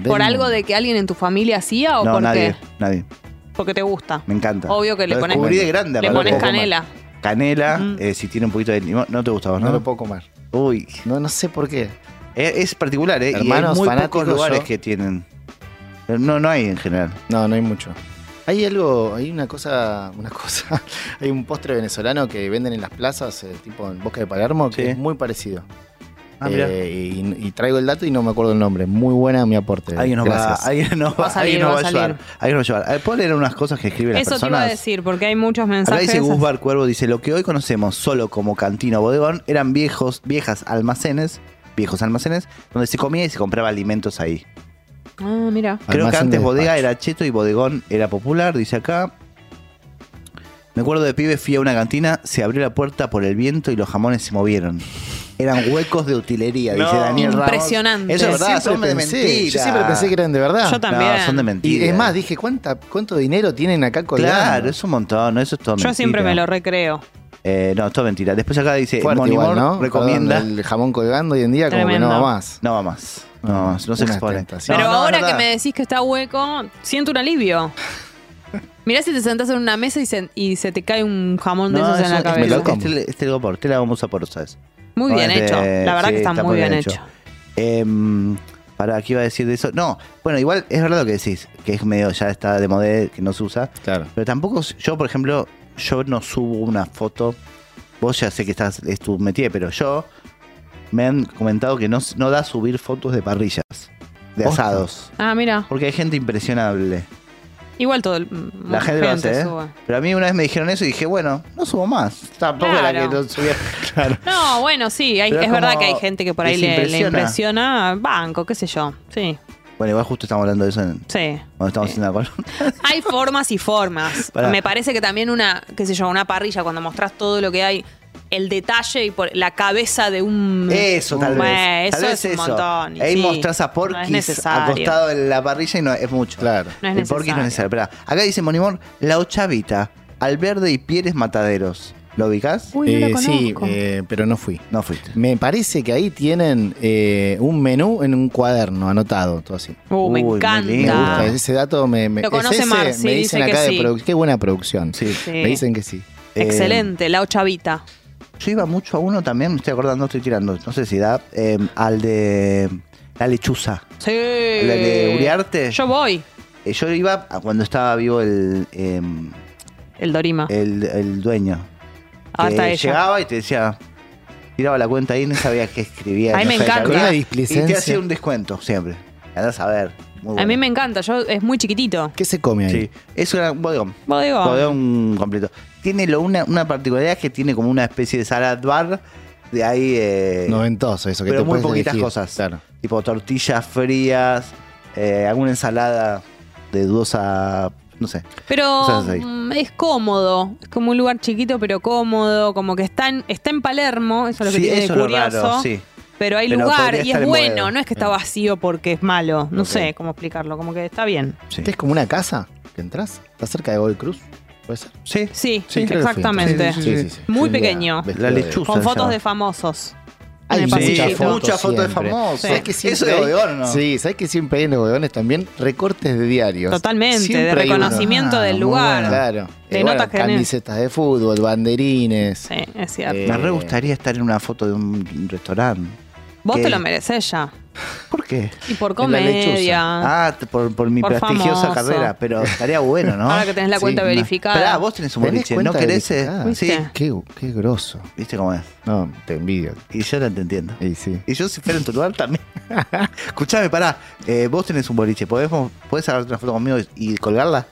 S2: ¿Por
S4: Ven.
S2: algo de que alguien en tu familia hacía o
S3: no,
S2: porque,
S3: nadie, nadie.
S2: porque te gusta?
S3: Me encanta.
S2: Obvio que le
S3: Lo
S2: pones-
S3: descubrí de grande,
S2: Le
S3: aparte,
S2: pones
S3: lo puedo comer.
S2: canela. Mm.
S3: Canela,
S2: Ujú.
S3: eh, si tiene un poquito de limón. No te gusta, ¿no?
S4: No lo puedo comer.
S3: Uy,
S4: No, no sé por qué.
S3: es, es particular, ¿eh? Y
S4: Hermanos,
S3: hay muy
S4: fanáticos,
S3: pocos lugares
S4: yo.
S3: que tienen. No, no hay en general.
S4: No, no hay mucho. Hay algo, hay una cosa, una cosa, hay un postre venezolano que venden en las plazas, eh, tipo en Bosque de Palermo,
S3: Sí.
S4: que es muy parecido.
S3: Ah, mirá.
S4: Eh, y, y traigo el dato y no me acuerdo el nombre. Muy buena mi aporte.
S3: Alguien nos va,
S4: Gracias.
S3: alguien nos
S2: Va
S3: va,
S2: a salir,
S3: alguien nos
S2: va
S3: va
S2: a
S3: a ayudar.
S2: salir.
S3: Alguien nos va a ayudar. Eh, ¿Puedo leer unas cosas que escriben
S2: Eso
S3: las
S2: te iba
S3: personas?
S2: a decir, porque hay muchos
S3: Acá
S2: mensajes.
S3: dice Gusbar Cuervo, dice, lo que hoy conocemos solo como cantina o bodegón eran viejos, viejas almacenes, viejos almacenes, donde se comía y se compraba alimentos ahí.
S2: Ah, mira.
S3: Creo que
S4: Almacén de
S3: antes bodega
S4: despacho.
S3: era cheto y bodegón era popular, dice acá. Me acuerdo de pibe, fui a una cantina, se abrió la puerta por el viento y los jamones se movieron. Eran huecos de utilería, dice
S4: No.
S3: Daniel Ramos.
S2: Impresionante.
S3: Eso es verdad,
S4: Siempre
S3: son de
S4: pensé-
S3: mentira.
S4: Yo siempre pensé que eran de verdad.
S2: Yo también.
S3: No, son de
S4: Y
S3: mentira.
S4: es más, dije, ¿cuánta, ¿cuánto dinero tienen acá colgando?
S3: Claro, es un montón, eso es todo
S2: Yo siempre me
S3: mentira.
S2: lo recreo.
S3: Eh, no, todo mentira. Después acá dice,
S4: Fuerte
S3: Monimor
S4: igual, ¿no?
S3: recomienda...
S4: Perdón, el jamón colgando hoy en día como que
S2: Tremendo.
S4: no va más.
S3: No va más, no va más, no se
S4: Una
S3: expone.
S4: tentación.
S2: Pero
S3: No, no,
S2: ahora
S3: es
S2: que
S3: verdad.
S2: me decís que está hueco, siento un alivio. Mirá si te sentás en una mesa y se, y se te cae un jamón de
S3: No,
S2: esos en
S3: eso-
S2: la
S3: es-
S2: cabeza.
S3: es- es tele- es telgopor, tela gomosa porosa es.
S2: Muy
S3: No,
S2: bien
S3: es de-
S2: hecho. La verdad
S3: Este, sí,
S2: que está, muy bien, hecho.
S3: Em, para qué iba a decir de eso. No, bueno, igual es verdad lo que decís, que es medio ya está de modé, que no se usa.
S4: Claro.
S3: Pero tampoco, s- yo por ejemplo, yo no subo una foto. Vos ya sé que estás, es tu métier, pero yo me han comentado que no, s- no da subir fotos de parrillas, de
S4: Posta.
S3: asados.
S2: Ah, mira.
S3: Porque hay gente impresionable.
S2: Igual todo el. mm,
S3: La gente lo hace, ¿eh?
S2: sube.
S3: Pero a mí una vez me dijeron eso y dije, bueno, no subo más. Tampoco era
S2: Claro.
S3: que no subía. Claro.
S2: No, bueno, sí. hay-
S3: Pero
S2: es
S3: es
S2: verdad
S3: como
S2: que hay gente que por ahí
S3: les
S2: le, le
S3: impresiona.
S2: impresiona. Banco, qué sé yo. Sí,
S3: Bueno, igual justo estamos hablando de eso en-
S2: sí.
S3: cuando estamos
S2: Sí.
S3: haciendo la columna.
S2: Hay formas y formas.
S3: Pará.
S2: Me parece que también una, qué sé yo, una parrilla, cuando mostrás todo lo que hay, el detalle y por, la cabeza de un.
S3: Eso tal
S2: Bueno,
S3: vez.
S2: Eso
S3: tal vez
S2: es un montón. y
S3: Ahí
S2: sí,
S3: mostrás a
S2: No es
S3: Porquis
S2: necesario.
S3: acostado en la parrilla y no es mucho.
S4: Claro.
S2: No es
S3: el Porquis no es necesario.
S2: necesario.
S3: Esperá. Acá dice Monimón, la ochavita, Alberde y Pieres Mataderos. ¿Lo ubicás?
S2: Uy, no
S4: Eh,
S2: lo
S4: sí,
S2: conozco.
S4: eh, pero no fui.
S3: No fuiste.
S4: Me parece que ahí tienen eh, un menú en un cuaderno anotado, todo así.
S2: Uh, me
S3: uy, muy lindo.
S4: Me
S3: Ah.
S4: gusta,
S2: encanta.
S4: ese dato me, me,
S2: Lo
S4: es
S2: conoce
S4: ese,
S2: Marci,
S4: me dicen
S2: dice que
S4: acá de
S2: sí.
S4: produ- qué buena producción.
S3: Sí. Eh,
S2: Sí.
S4: Me dicen que sí.
S2: Excelente, la ochavita.
S3: Yo iba mucho a uno también, me estoy acordando, estoy tirando, no sé si da, eh, al de la lechuza.
S2: Sí.
S3: ¿La de Uriarte?
S2: Yo voy.
S3: Eh, yo iba a cuando estaba vivo el, em,
S2: El Dorima.
S3: el, el dueño.
S2: Ahora
S3: que
S2: Ah, está ella.
S3: llegaba y te decía, tiraba la cuenta ahí, no sabía qué escribía.
S2: Ay,
S3: no
S2: me
S3: sabía qué
S2: encanta.
S4: Con una
S3: hablaba.
S4: displicencia.
S3: Y te hacía un descuento siempre. Andás a ver. Muy
S2: A
S3: bueno.
S2: mí me encanta, yo es muy chiquitito.
S4: ¿Qué se come ahí?
S3: Sí, es una- un bodegón.
S2: Bodegón.
S3: Bodegón completo. Tiene lo, una, una particularidad que tiene como una especie de salad bar de ahí. eh,
S4: Noventoso eso, que
S3: pero
S4: te
S3: muy
S4: puedes
S3: poquitas
S4: elegir.
S3: cosas.
S4: Claro.
S3: Tipo tortillas frías, eh, alguna ensalada de dudosa. No sé.
S2: Pero
S3: Cosas así.
S2: mm, es cómodo, es como un lugar chiquito pero cómodo, como que está en, está en Palermo, eso es lo que
S3: Sí,
S2: tiene de
S3: eso es lo
S2: curioso.
S3: raro, sí.
S2: Pero hay
S3: Pero
S2: lugar
S3: podría
S2: y
S3: estar
S2: es
S3: en
S2: bueno,
S3: Boedo.
S2: no es que está vacío porque es malo, no
S3: Ok.
S2: sé cómo explicarlo, como que está bien.
S3: Sí.
S4: Este es como una casa que entras. Está cerca de Gold Cruz. ¿Puede ser?
S3: Sí.
S2: Sí,
S4: Sí, creo que fui.
S2: exactamente.
S3: Sí, sí, sí.
S2: Muy
S4: Fui un día
S2: pequeño.
S4: vestido
S3: La
S4: de-
S3: lechuza.
S2: Con
S3: se
S2: fotos
S3: llama.
S2: de famosos.
S4: Hay
S2: en el
S4: mucha
S2: pasillo.
S4: foto.
S3: mucha foto de
S4: siempre.
S3: famosos.
S2: Sí.
S4: ¿Sabes que
S3: Eso
S4: siempre
S3: de
S4: hay-
S3: bodegón, ¿no?
S4: Sí, ¿sabes que siempre hay en los bodegones también recortes de diarios?
S2: Totalmente, de
S4: Siempre hay uno.
S2: reconocimiento
S3: Ah,
S2: del
S3: muy
S2: lugar.
S3: bueno.
S4: Claro.
S2: De
S4: Eh, bueno,
S2: notas que tenés.
S4: camisetas de fútbol, banderines.
S2: Sí, es cierto.
S4: Eh,
S3: Me re gustaría estar en una foto de un restaurante.
S2: Vos te
S3: que-
S2: lo mereces ya.
S3: ¿Por qué?
S2: Y por
S4: En la lechuza.
S2: comedia.
S3: Ah, t- por, por mi
S2: Por
S3: prestigiosa
S2: famoso.
S3: carrera, pero estaría bueno, ¿no?
S2: Ahora que tenés la
S4: Sí,
S2: cuenta
S4: no.
S2: verificada.
S3: Pará, vos tenés un
S4: ¿Tenés
S3: boliche,
S4: cuenta
S3: ¿no querés? eh?
S4: verificada?
S3: Sí,
S2: ¿Viste?
S4: Qué, qué groso.
S3: viste cómo es.
S4: No, te envidio.
S3: Y yo no te entiendo.
S4: Y sí.
S3: Y yo si fuera en tu lugar también. Escuchame, pará, eh, vos tenés un boliche, ¿podemos, ¿podés agarrar una foto conmigo y, y colgarla?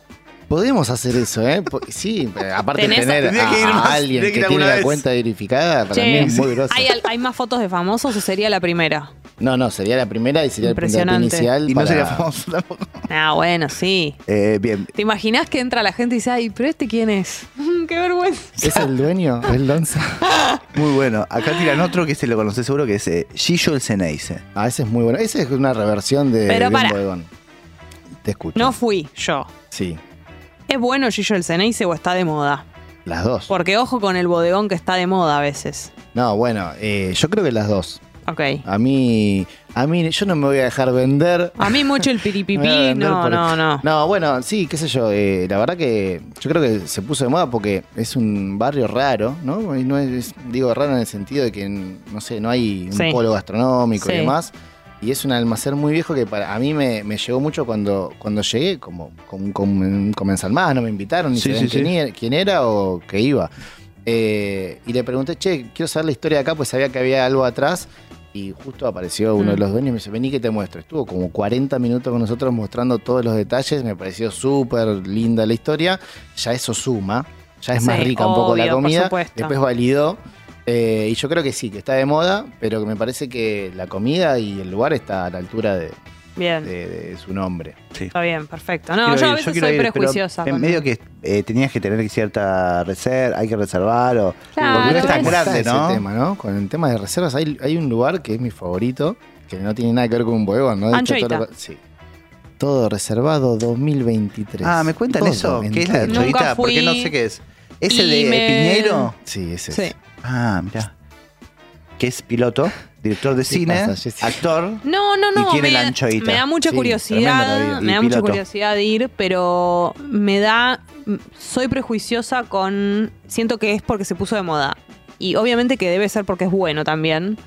S4: Podemos hacer eso, ¿eh? Po- Sí, eh, aparte de
S2: Tenés-
S4: tener
S3: Tendría
S4: a,
S3: que ir
S4: a
S3: más,
S4: alguien
S3: tendría
S4: que,
S3: que ir
S4: tiene
S3: alguna
S4: la
S3: vez.
S4: cuenta verificada, para
S2: Che,
S4: mí es muy groso.
S2: ¿hay, al- hay más fotos de famosos o sería la primera?
S4: No, no, sería la primera y sería el puntapié
S2: Impresionante.
S4: inicial.
S3: Y no
S4: para-
S3: sería famoso tampoco.
S2: Ah, bueno, sí.
S3: Eh, bien.
S2: ¿Te imaginas que entra la gente y dice, ay, pero este quién es? Qué vergüenza.
S4: ¿Es el dueño? ¿Es Lonza?
S3: Muy bueno. Acá tiran otro que se lo conoce seguro, que es eh, Gillo el Ceneice.
S4: Ah, ese es muy bueno. Ese es una reversión de
S2: Pero
S4: de un
S2: pará.
S4: bodegón. Te escucho.
S2: No fui yo.
S4: Sí,
S2: ¿Es bueno Gillo el Ceneice o está de moda?
S4: las dos.
S2: Porque ojo con el bodegón que está de moda a veces.
S4: No, bueno, eh, yo creo que las dos.
S2: Ok.
S4: A mí, a mí, yo no me voy a dejar vender.
S2: A mí mucho el
S4: Me voy a
S2: piripipí,
S4: vender
S2: Ah, no,
S4: por-
S2: no, no.
S4: No, bueno, sí, qué sé yo. eh, la verdad que yo creo que se puso de moda porque es un barrio raro, ¿no? Y no es, digo raro en el sentido de que, no sé, no hay un
S2: Sí.
S4: polo gastronómico
S2: Sí.
S4: y demás. Y es un almacén muy viejo que para a mí me, me llegó mucho cuando, cuando llegué, como, como, como un comensal más, no me invitaron, ni
S3: Sí, sí,
S4: sabían quién,
S3: sí.
S4: era, quién era o qué iba. Eh, y le pregunté, che, quiero saber la historia de acá, pues sabía que había algo atrás. Y justo apareció uno
S2: Mm.
S4: de los dueños y me dice, vení que te muestro. Estuvo como 40 minutos con nosotros mostrando todos los detalles, me pareció súper linda la historia. Ya eso suma, ya es más
S2: Sí,
S4: rica un poco
S2: obvio,
S4: la
S2: por
S4: comida.
S2: supuesto.
S4: Después validó. Eh, y yo creo que sí, que está de moda, pero que me parece que la comida y el lugar está a la altura de,
S2: Bien,
S4: de- de su nombre.
S2: está bien, perfecto. No, yo a veces soy prejuiciosa.
S3: En
S2: con-
S3: medio que eh, tenías que tener cierta reserva, hay que reservar o.
S2: Claro,
S3: porque no es tan
S2: es-
S3: grande,
S4: Ese
S3: ¿no?
S4: tema, ¿no? Con el tema de reservas, hay, hay un lugar que es mi favorito, que no tiene nada que ver con un bodegón, ¿no? De hecho,
S2: Anchoita.
S4: todo, lo- sí. Todo reservado 2023.
S3: Ah, ¿me cuentan
S4: Todo,
S3: eso? ¿Qué es la
S4: entero.
S2: Nunca
S3: chorita? Porque
S2: fui.
S3: no sé qué es. ¿Es el
S2: Y
S3: de
S2: me-
S3: Piñeiro?
S4: Sí, ese es.
S2: Sí.
S3: Ah, mirá. Que es piloto, director de cine,
S4: pasa, Jessy?
S3: actor.
S2: No, no,
S3: Y
S2: no.
S3: tiene
S2: me,
S3: la anchoita.
S2: me da mucha
S4: Sí, tremenda la
S2: curiosidad.
S4: vida.
S2: Me
S3: Y
S2: da mucha
S3: piloto.
S2: curiosidad de ir, pero me da. Soy prejuiciosa con. Siento que es porque se puso de moda. Y obviamente que debe ser porque es bueno también.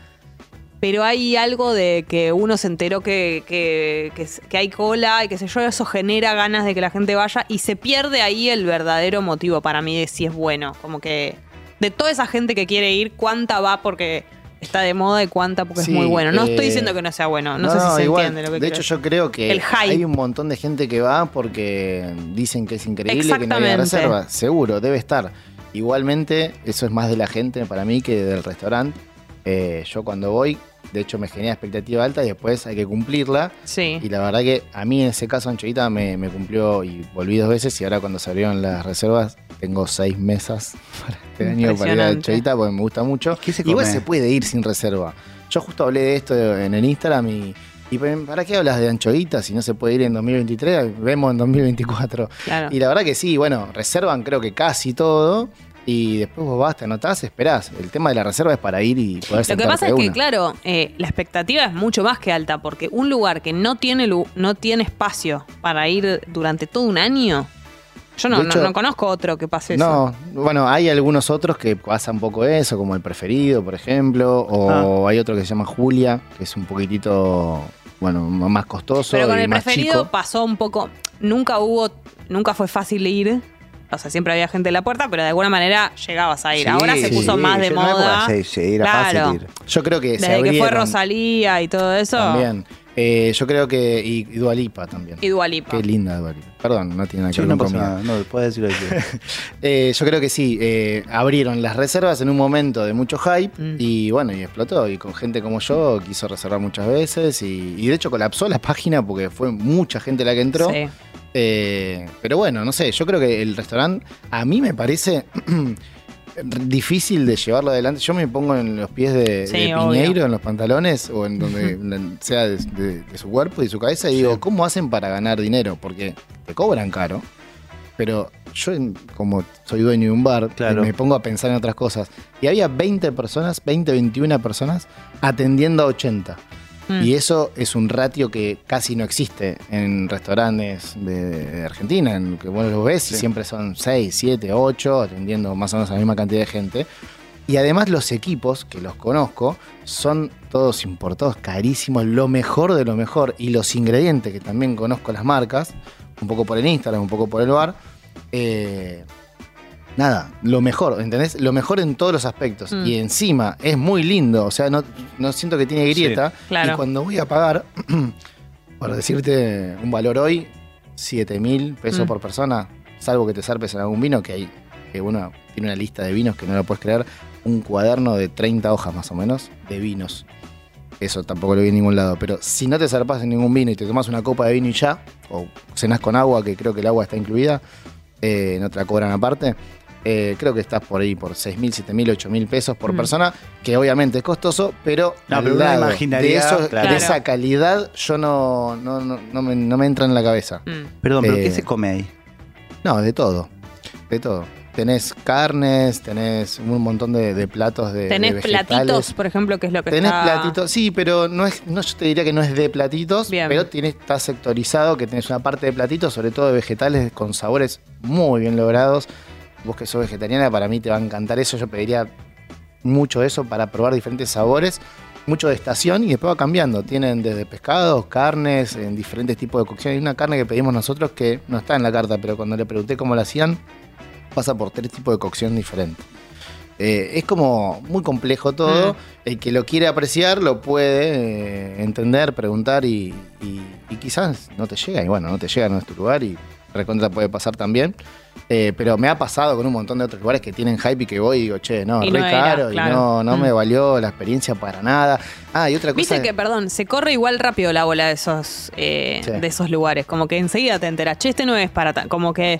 S2: Pero hay algo de que uno se enteró que, que- que s- que hay cola y qué sé yo, eso genera ganas de que la gente vaya y se pierde ahí el verdadero motivo para mí de si es bueno. Como que de toda esa gente que quiere ir, ¿cuánta va porque está de moda y cuánta porque
S4: Sí,
S2: es muy bueno? No estoy
S4: eh,
S2: diciendo que no sea bueno, no, sé si se
S4: igual.
S2: entiende lo que
S4: De
S2: quiero
S4: hecho, yo creo que
S2: El hype.
S4: hay un montón de gente que va porque dicen que es increíble, que no hay
S2: Exactamente.
S4: reserva. Seguro, debe estar. Igualmente, eso es más de la gente para mí que del restaurante. Eh, yo cuando voy, de hecho, me genera expectativa alta y después hay que cumplirla.
S2: decir.
S4: Y
S2: Sí.
S4: la verdad que a mí en ese caso Anchoita me, me cumplió y volví dos veces y ahora cuando se abrieron las reservas tengo seis mesas para este año para ir a
S2: Impresionante.
S4: Anchoita porque me gusta mucho.
S3: ¿Qué se
S4: Igual
S3: come?
S4: se puede ir sin reserva. Yo justo hablé de esto en el Instagram y, y ¿para qué hablas de Anchoita si no se puede ir en 2023? Vemos en 2024.
S2: Claro.
S4: Y la verdad que sí, bueno, reservan creo que casi todo y después vos vas, te anotás, esperás. El tema de la reserva es para ir y poder
S2: Lo que
S4: sentarte
S2: pasa es
S4: de
S2: que,
S4: una.
S2: claro, eh, la expectativa es mucho más que alta, porque un lugar que no tiene, lu- no tiene espacio para ir durante todo un año, yo no,
S4: De
S2: no-
S4: hecho-
S2: no conozco otro que pase eso.
S4: No, bueno, hay algunos otros que pasan poco eso, como el preferido, por ejemplo,
S2: Ah.
S4: o hay otro que se llama Julia, que es un poquitito, bueno, m- más costoso
S2: Pero con
S4: y
S2: el
S4: más
S2: preferido
S4: chico.
S2: pasó un poco. Nunca hubo, nunca fue fácil ir. O sea, siempre había gente en la puerta, pero de alguna manera llegabas a ir.
S3: Sí,
S2: Ahora se
S3: sí,
S2: puso más de
S3: yo en una época
S2: moda.
S3: Sí, sí, era
S2: Claro.
S3: fácil ir.
S4: Yo creo que se
S2: Desde que fue
S4: abrieron
S2: Rosalía y todo eso.
S4: También. Eh, yo creo que y, y Dualipa también.
S2: Y Dualipa.
S4: Qué linda Dualipa. Perdón, no tiene nada que
S3: Yo
S4: ver
S3: no
S4: con
S3: pasa
S4: comida.
S3: nada, no, puedes decirlo así.
S4: Eh, yo creo que sí, eh, abrieron las reservas en un momento de mucho hype
S2: Mm.
S4: y bueno, y explotó. Y con gente como yo quiso reservar muchas veces y, y de hecho colapsó la página porque fue mucha gente la que entró.
S2: Sí.
S4: Eh, pero bueno, no sé, yo creo que el restaurante a mí me parece difícil de llevarlo adelante. Yo me pongo en los pies de,
S2: Sí,
S4: de
S2: obvio.
S4: Piñeiro, en los pantalones o en donde en- sea de, de- de su cuerpo y de su cabeza y digo, ¿cómo hacen para ganar dinero? Porque te cobran caro, pero yo en- como soy dueño de un bar, eh,
S3: Claro.
S4: me pongo a pensar en otras cosas. Y había 20 personas, 20, 21 personas atendiendo a 80.
S2: Mm.
S4: Y eso es un ratio que casi no existe en restaurantes de, de Argentina, en que vos los ves y
S3: Sí.
S4: siempre son 6, 7, 8, atendiendo más o menos a la misma cantidad de gente. Y además los equipos, que los conozco, son todos importados, carísimos, lo mejor de lo mejor. Y los ingredientes, que también conozco las marcas, un poco por el Instagram, un poco por el bar. eh, nada, lo mejor, ¿entendés? Lo mejor en todos los aspectos.
S2: Mm.
S4: Y encima es muy lindo, o sea, no, no siento que tiene grieta.
S2: claro.
S4: Y cuando voy a pagar, por decirte un valor hoy, 7 mil pesos
S2: Mm.
S4: por persona, salvo que te zarpes en algún vino, que hay, que uno tiene una lista de vinos que no lo puedes creer, un cuaderno de 30 hojas más o menos de vinos. Eso tampoco lo vi en ningún lado. Pero si no te zarpas en ningún vino y te tomas una copa de vino y ya, o cenas con agua, que creo que el agua está incluida, eh, no te la cobran aparte. eh, creo que estás por ahí por 6.000, 7.000, 8.000 pesos por
S2: Mm.
S4: persona, que obviamente es costoso, pero,
S3: No,
S4: al
S3: pero uno
S4: lado
S3: imaginaría,
S4: de, eso- de
S3: claro.
S4: esa calidad yo no, no, no, no me, no me entra en la cabeza.
S2: Mm.
S3: Perdón, pero
S4: Eh,
S3: ¿qué se come ahí?
S4: No, de todo. De todo. Tenés carnes, tenés un montón de, de platos de. de
S2: Tenés
S4: vegetales.
S2: platitos, por ejemplo, que es lo que
S4: Tenés
S2: está...
S4: platitos, sí, pero no es, no, yo te diría que no es de platitos,
S2: Bien.
S4: pero tienes, está sectorizado, que tenés una parte de platitos, sobre todo de vegetales con sabores muy bien logrados. Vos que sos vegetariana, para mí te va a encantar eso. Yo pediría mucho eso para probar diferentes sabores, mucho de estación y después va cambiando. Tienen desde pescados, carnes, en diferentes tipos de cocción. Hay una carne que pedimos nosotros que no está en la carta, pero cuando le pregunté cómo la hacían, pasa por tres tipos de cocción diferentes. Eh, es como muy complejo todo.
S2: Mm.
S4: El que lo quiere apreciar lo puede eh, entender, preguntar y, y- y quizás no te llega. Y bueno, no te llega, no es tu lugar y recontra puede pasar también. Eh, pero me ha pasado con un montón de otros lugares que tienen hype y que voy y digo, che, no,
S2: Y
S4: re
S2: no era,
S4: caro y
S2: claro.
S4: no, no me
S2: Mm.
S4: valió la experiencia para nada. Ah, y otra cosa.
S2: Viste que, perdón, se corre igual rápido la bola de esos, eh,
S4: Sí.
S2: de esos lugares. Como que enseguida te enteras, che, este no es para tan. Como que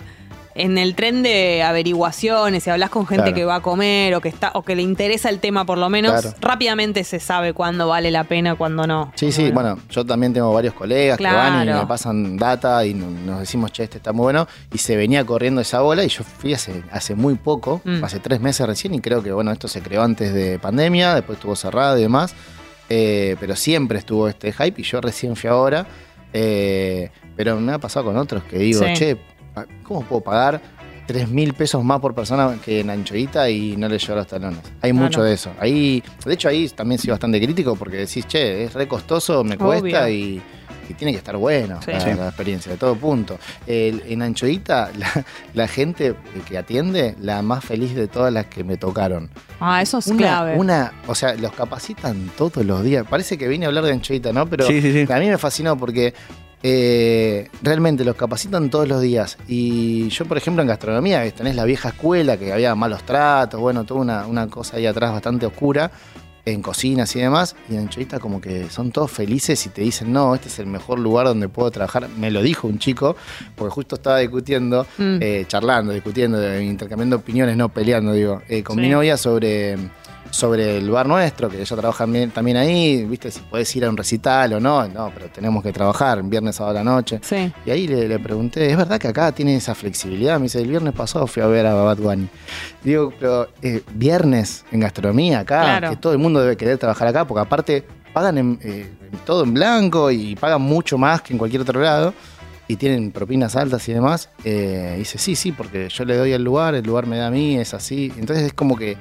S2: en el tren de averiguaciones, si hablas con gente
S4: Claro.
S2: que va a comer o que está o que le interesa el tema por lo menos,
S4: Claro.
S2: rápidamente se sabe cuándo vale la pena, cuándo no.
S4: Sí, sí, bueno, yo también tengo varios colegas que van y
S2: Claro.
S4: me pasan data y no- nos decimos, che, este está muy bueno. Y se venía corriendo esa bola y yo fui hace, hace muy poco,
S2: Mm.
S4: hace tres meses recién, y creo que, bueno, esto se creó antes de pandemia, después estuvo cerrado y demás. Eh, pero siempre estuvo este hype y yo recién fui ahora. Eh, pero me ha pasado con otros que digo,
S2: Sí.
S4: che, pa- ¿cómo puedo pagar 3 mil pesos más por persona que en anchoita y no le llevo los talones? Hay
S2: No,
S4: mucho
S2: no.
S4: de eso. Ahí, de hecho, ahí también soy bastante crítico porque decís, che, es re costoso, me
S2: Obvio.
S4: cuesta y, y tiene que estar bueno
S2: Sí.
S4: la,
S2: Sí.
S4: la experiencia, de todo punto. El- en anchoita, la, la gente que atiende, la más feliz de todas las que me tocaron.
S2: Ah, eso es
S4: Una,
S2: clave.
S4: una, o sea, los capacitan todos los días. Parece que vine a hablar de anchoita, ¿no? Pero
S3: sí, sí, sí.
S4: a mí me fascinó porque eh, realmente los capacitan todos los días. Y yo, por ejemplo, en gastronomía, ves, tenés la vieja escuela, que había malos tratos, bueno, toda una, una cosa ahí atrás bastante oscura, en cocinas y demás. Y en Anchoita como que son todos felices y te dicen, no, este es el mejor lugar donde puedo trabajar. Me lo dijo un chico, porque justo estaba discutiendo
S2: Mm.
S4: eh, charlando, discutiendo, eh, intercambiando opiniones, no peleando, digo, eh, con
S2: Sí.
S4: mi novia sobre, sobre el bar nuestro, que ella trabaja bien- también ahí, viste, si podés ir a un recital o no, no, pero tenemos que trabajar, viernes, sábado a la noche.
S2: Sí.
S4: Y ahí le, le pregunté, ¿es verdad que acá tiene esa flexibilidad? Me dice, el viernes pasado fui a ver a Bad Bunny. Digo, pero eh, viernes en gastronomía acá,
S2: Claro.
S4: que todo el mundo debe querer trabajar acá, porque aparte pagan en, eh, en todo en blanco y pagan mucho más que en cualquier otro lado. Y tienen propinas altas y demás. Eh, dice, sí, sí, porque yo le doy al lugar, el lugar me da a mí, es así. Entonces es como que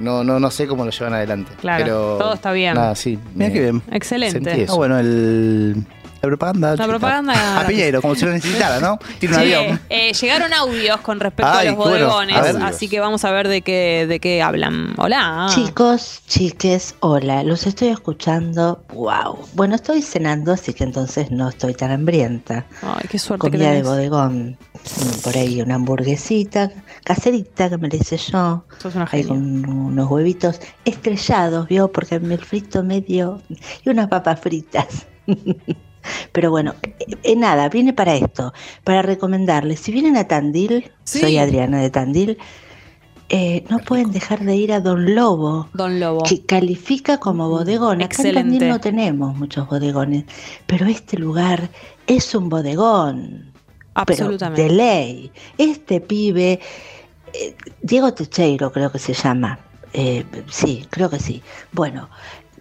S4: no, no, no sé cómo lo llevan adelante.
S2: Claro,
S4: Pero,
S2: todo está bien.
S4: Nada, sí.
S3: Mira
S4: me-
S3: qué bien.
S4: Sentí
S2: Excelente.
S4: eso.
S3: Ah, bueno, el, la propaganda.
S2: La
S3: chita.
S2: propaganda-
S3: A Piñero, como si lo necesitara, ¿no? Tiene un
S2: Che,
S3: avión.
S2: eh, llegaron audios con respecto
S3: Ay,
S2: a los
S3: qué bueno.
S2: bodegones,
S3: A ver.
S2: así que vamos a ver de qué, de qué hablan. Hola.
S5: Chicos, chiques, hola, los estoy escuchando. Wow. Bueno, estoy cenando, así que entonces no estoy tan hambrienta.
S2: Ay, qué suerte que
S5: Comida de
S2: tenés.
S5: bodegón. Mm, Por ahí una hamburguesita, caserita que me la hice yo.
S2: Sos una
S5: Hay
S2: genia.
S5: unos huevitos estrellados, ¿vio? Porque me el frito medio. Y unas papas fritas. Pero bueno, eh, eh, nada, viene para esto, para recomendarles. Si vienen a Tandil,
S2: Sí.
S5: soy Adriana de Tandil, eh, no pueden dejar de ir a Don Lobo
S2: Don Lobo.
S5: que califica como bodegón. Acá en Tandil
S2: Mm, Excelente.
S5: no tenemos muchos bodegones, pero este lugar es un bodegón. pero
S2: Absolutamente.
S5: de ley. Este pibe, eh, Diego Techeiro creo que se llama. Eh, sí, creo que sí. Bueno,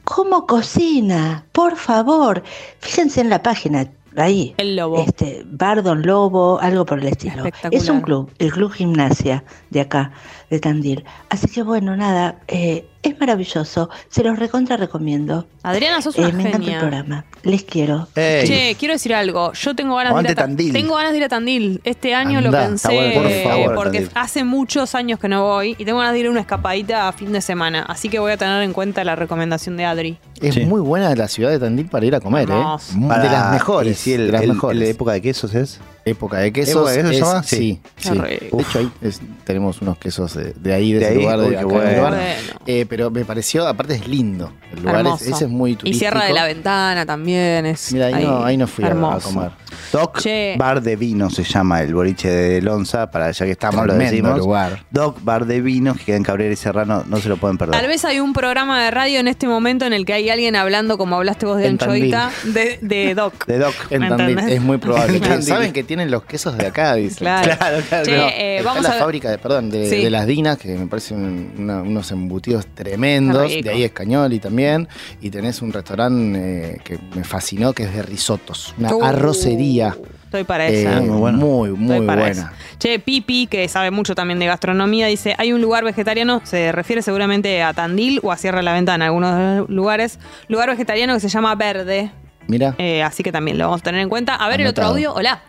S5: ¿cómo cocina? Por favor, fíjense en la página, ahí.
S2: El lobo.
S5: Este, Bar Don Lobo, algo por el estilo.
S2: Espectacular.
S5: Es un club, el Club Gimnasia de acá, de Tandil. Así que bueno, nada, eh, es maravilloso. Se los recontra recomiendo.
S2: Adriana, sos
S5: Eh,
S2: una
S5: me encanta el
S2: genia.
S5: programa. Les quiero.
S3: Ey.
S2: Che, quiero decir algo. Yo tengo ganas, de
S3: Aguante
S2: ir a Ta-
S3: Tandil.
S2: tengo ganas de ir a Tandil. Este año lo
S4: Andá,
S2: pensé
S3: está bueno, por
S2: eh,
S3: favor,
S2: porque
S3: Tandil.
S2: hace muchos años que no voy y tengo ganas de ir a una escapadita a fin de semana. Así que voy a tener en cuenta la recomendación de Adri.
S4: Es
S3: Sí.
S4: muy buena la ciudad de Tandil para ir a comer, ¿eh?
S2: Hermoso.
S4: de
S3: Para-
S4: las mejores.
S3: Y si el,
S4: de las
S3: el-
S4: mejores.
S3: el- la época de quesos es.
S4: Época de quesos.
S3: ¿Época de quesos se llama? Sí.
S4: Sí.
S2: Qué
S4: sí.
S2: rico.
S4: De hecho, ahí es- tenemos unos quesos de, de ahí, de,
S3: De
S4: ese
S3: ahí,
S4: lugar, de
S3: uy, qué
S4: acá del
S3: bueno.
S4: lugar.
S2: Bueno.
S4: Eh, pero me pareció, aparte es lindo. El lugar es,
S2: Hermoso.
S4: ese es muy
S2: Y
S4: turístico.
S2: Sierra de la Ventana también es.
S4: Mira, ahí, no, ahí no fui a- a,
S2: hermoso.
S4: comer.
S3: Doc
S2: Che.
S3: Bar de Vino se llama el boliche de Lonza, para ya que estamos lo
S4: Tremendo
S3: decimos.
S4: lugar.
S3: Doc Bar de Vino, que queda en Cabrera y Serrano, no se lo pueden perder.
S2: Tal vez hay un programa de radio en este momento en el que hay alguien hablando, como hablaste vos de
S4: En Tandil.
S2: Anchoita, de, de Doc.
S3: De Doc.
S4: En
S2: ¿Me
S4: Tandil,
S2: entendés?
S4: es muy probable.
S3: Tandil.
S4: Saben que tienen los quesos de acá, dicen.
S2: Claro.
S3: Claro, claro.
S2: Che,
S3: no.
S2: eh,
S4: Está
S2: vamos
S4: la
S2: a ver-
S4: fábrica, de, perdón, de,
S2: Sí.
S4: de las dinas, que me parecen una- unos embutidos tremendos.
S2: Está rico.
S4: De ahí es Cañoli también. Y tenés un restaurante eh, que me fascinó, que es de risotos. Una
S2: Uh,
S4: arrocería.
S2: Estoy para esa. Ah,
S4: eh,
S3: muy buena.
S4: Muy,
S2: Estoy
S4: muy
S2: para
S4: buena.
S2: esa. Che, Pipi, que sabe mucho también de gastronomía, dice, hay un lugar vegetariano, se refiere seguramente a Tandil o a Sierra de la Ventana, algunos de los lugares, lugar vegetariano que se llama Verde,
S4: Mira.
S2: eh, así que también lo vamos a tener en cuenta. A ver el otro
S4: Anotado.
S2: audio, hola.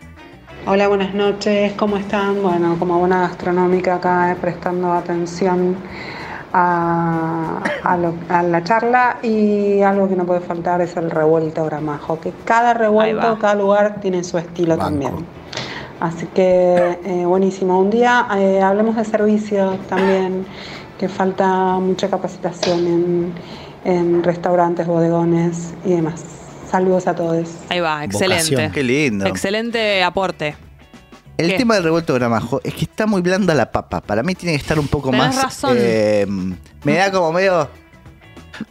S6: Hola, buenas noches, ¿cómo están? Bueno, como buena gastronómica acá, eh, prestando atención a, a lo- a la charla y algo que no puede faltar es el revuelto gramajo, que cada
S2: va.
S6: revuelto, cada lugar tiene su estilo
S4: Banco.
S6: también. Así que eh, buenísimo, un día eh, hablemos de servicios también, que falta mucha capacitación en, en restaurantes, bodegones y demás. Saludos a todos.
S2: Ahí va, excelente.
S4: Vocación.
S3: Qué lindo.
S2: Excelente aporte.
S3: El
S2: ¿Qué?
S3: tema del revuelto gramajo es que está muy blanda la papa. Para mí tiene que estar un poco
S2: Tenés
S3: más.
S2: razón.
S3: eh, me da como medio.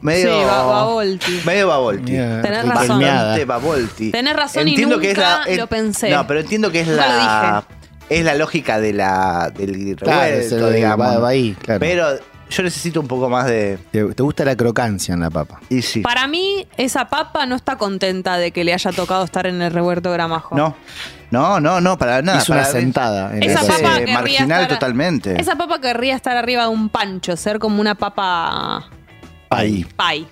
S3: Medio.
S2: Sí, ba- bavolti.
S3: Medio bavolti.
S4: Mira,
S2: Tenés
S4: qué
S2: razón.
S4: palmeada.
S3: Bastante bavolti.
S2: Tenés razón y nunca lo pensé.
S3: No, pero entiendo que es
S2: No
S3: la. Es la lógica de la, del
S4: Claro,
S3: revuelto,
S4: se lo
S3: digamos.
S4: va- va ahí, claro.
S3: Pero yo necesito un poco más de.
S4: ¿Te, te gusta la crocancia en la papa?
S3: Y sí.
S2: Para mí, esa papa no está contenta de que le haya tocado estar en el revuelto gramajo.
S3: No. No, no, no, para nada.
S4: Hizo una
S3: para-
S4: sentada. En
S2: Esa
S4: el-
S3: es,
S2: papa
S3: eh,
S2: querría
S3: marginal
S2: estar-
S3: totalmente.
S2: Esa papa querría estar arriba de un pancho, ser como una papa
S3: Pay.
S2: pie.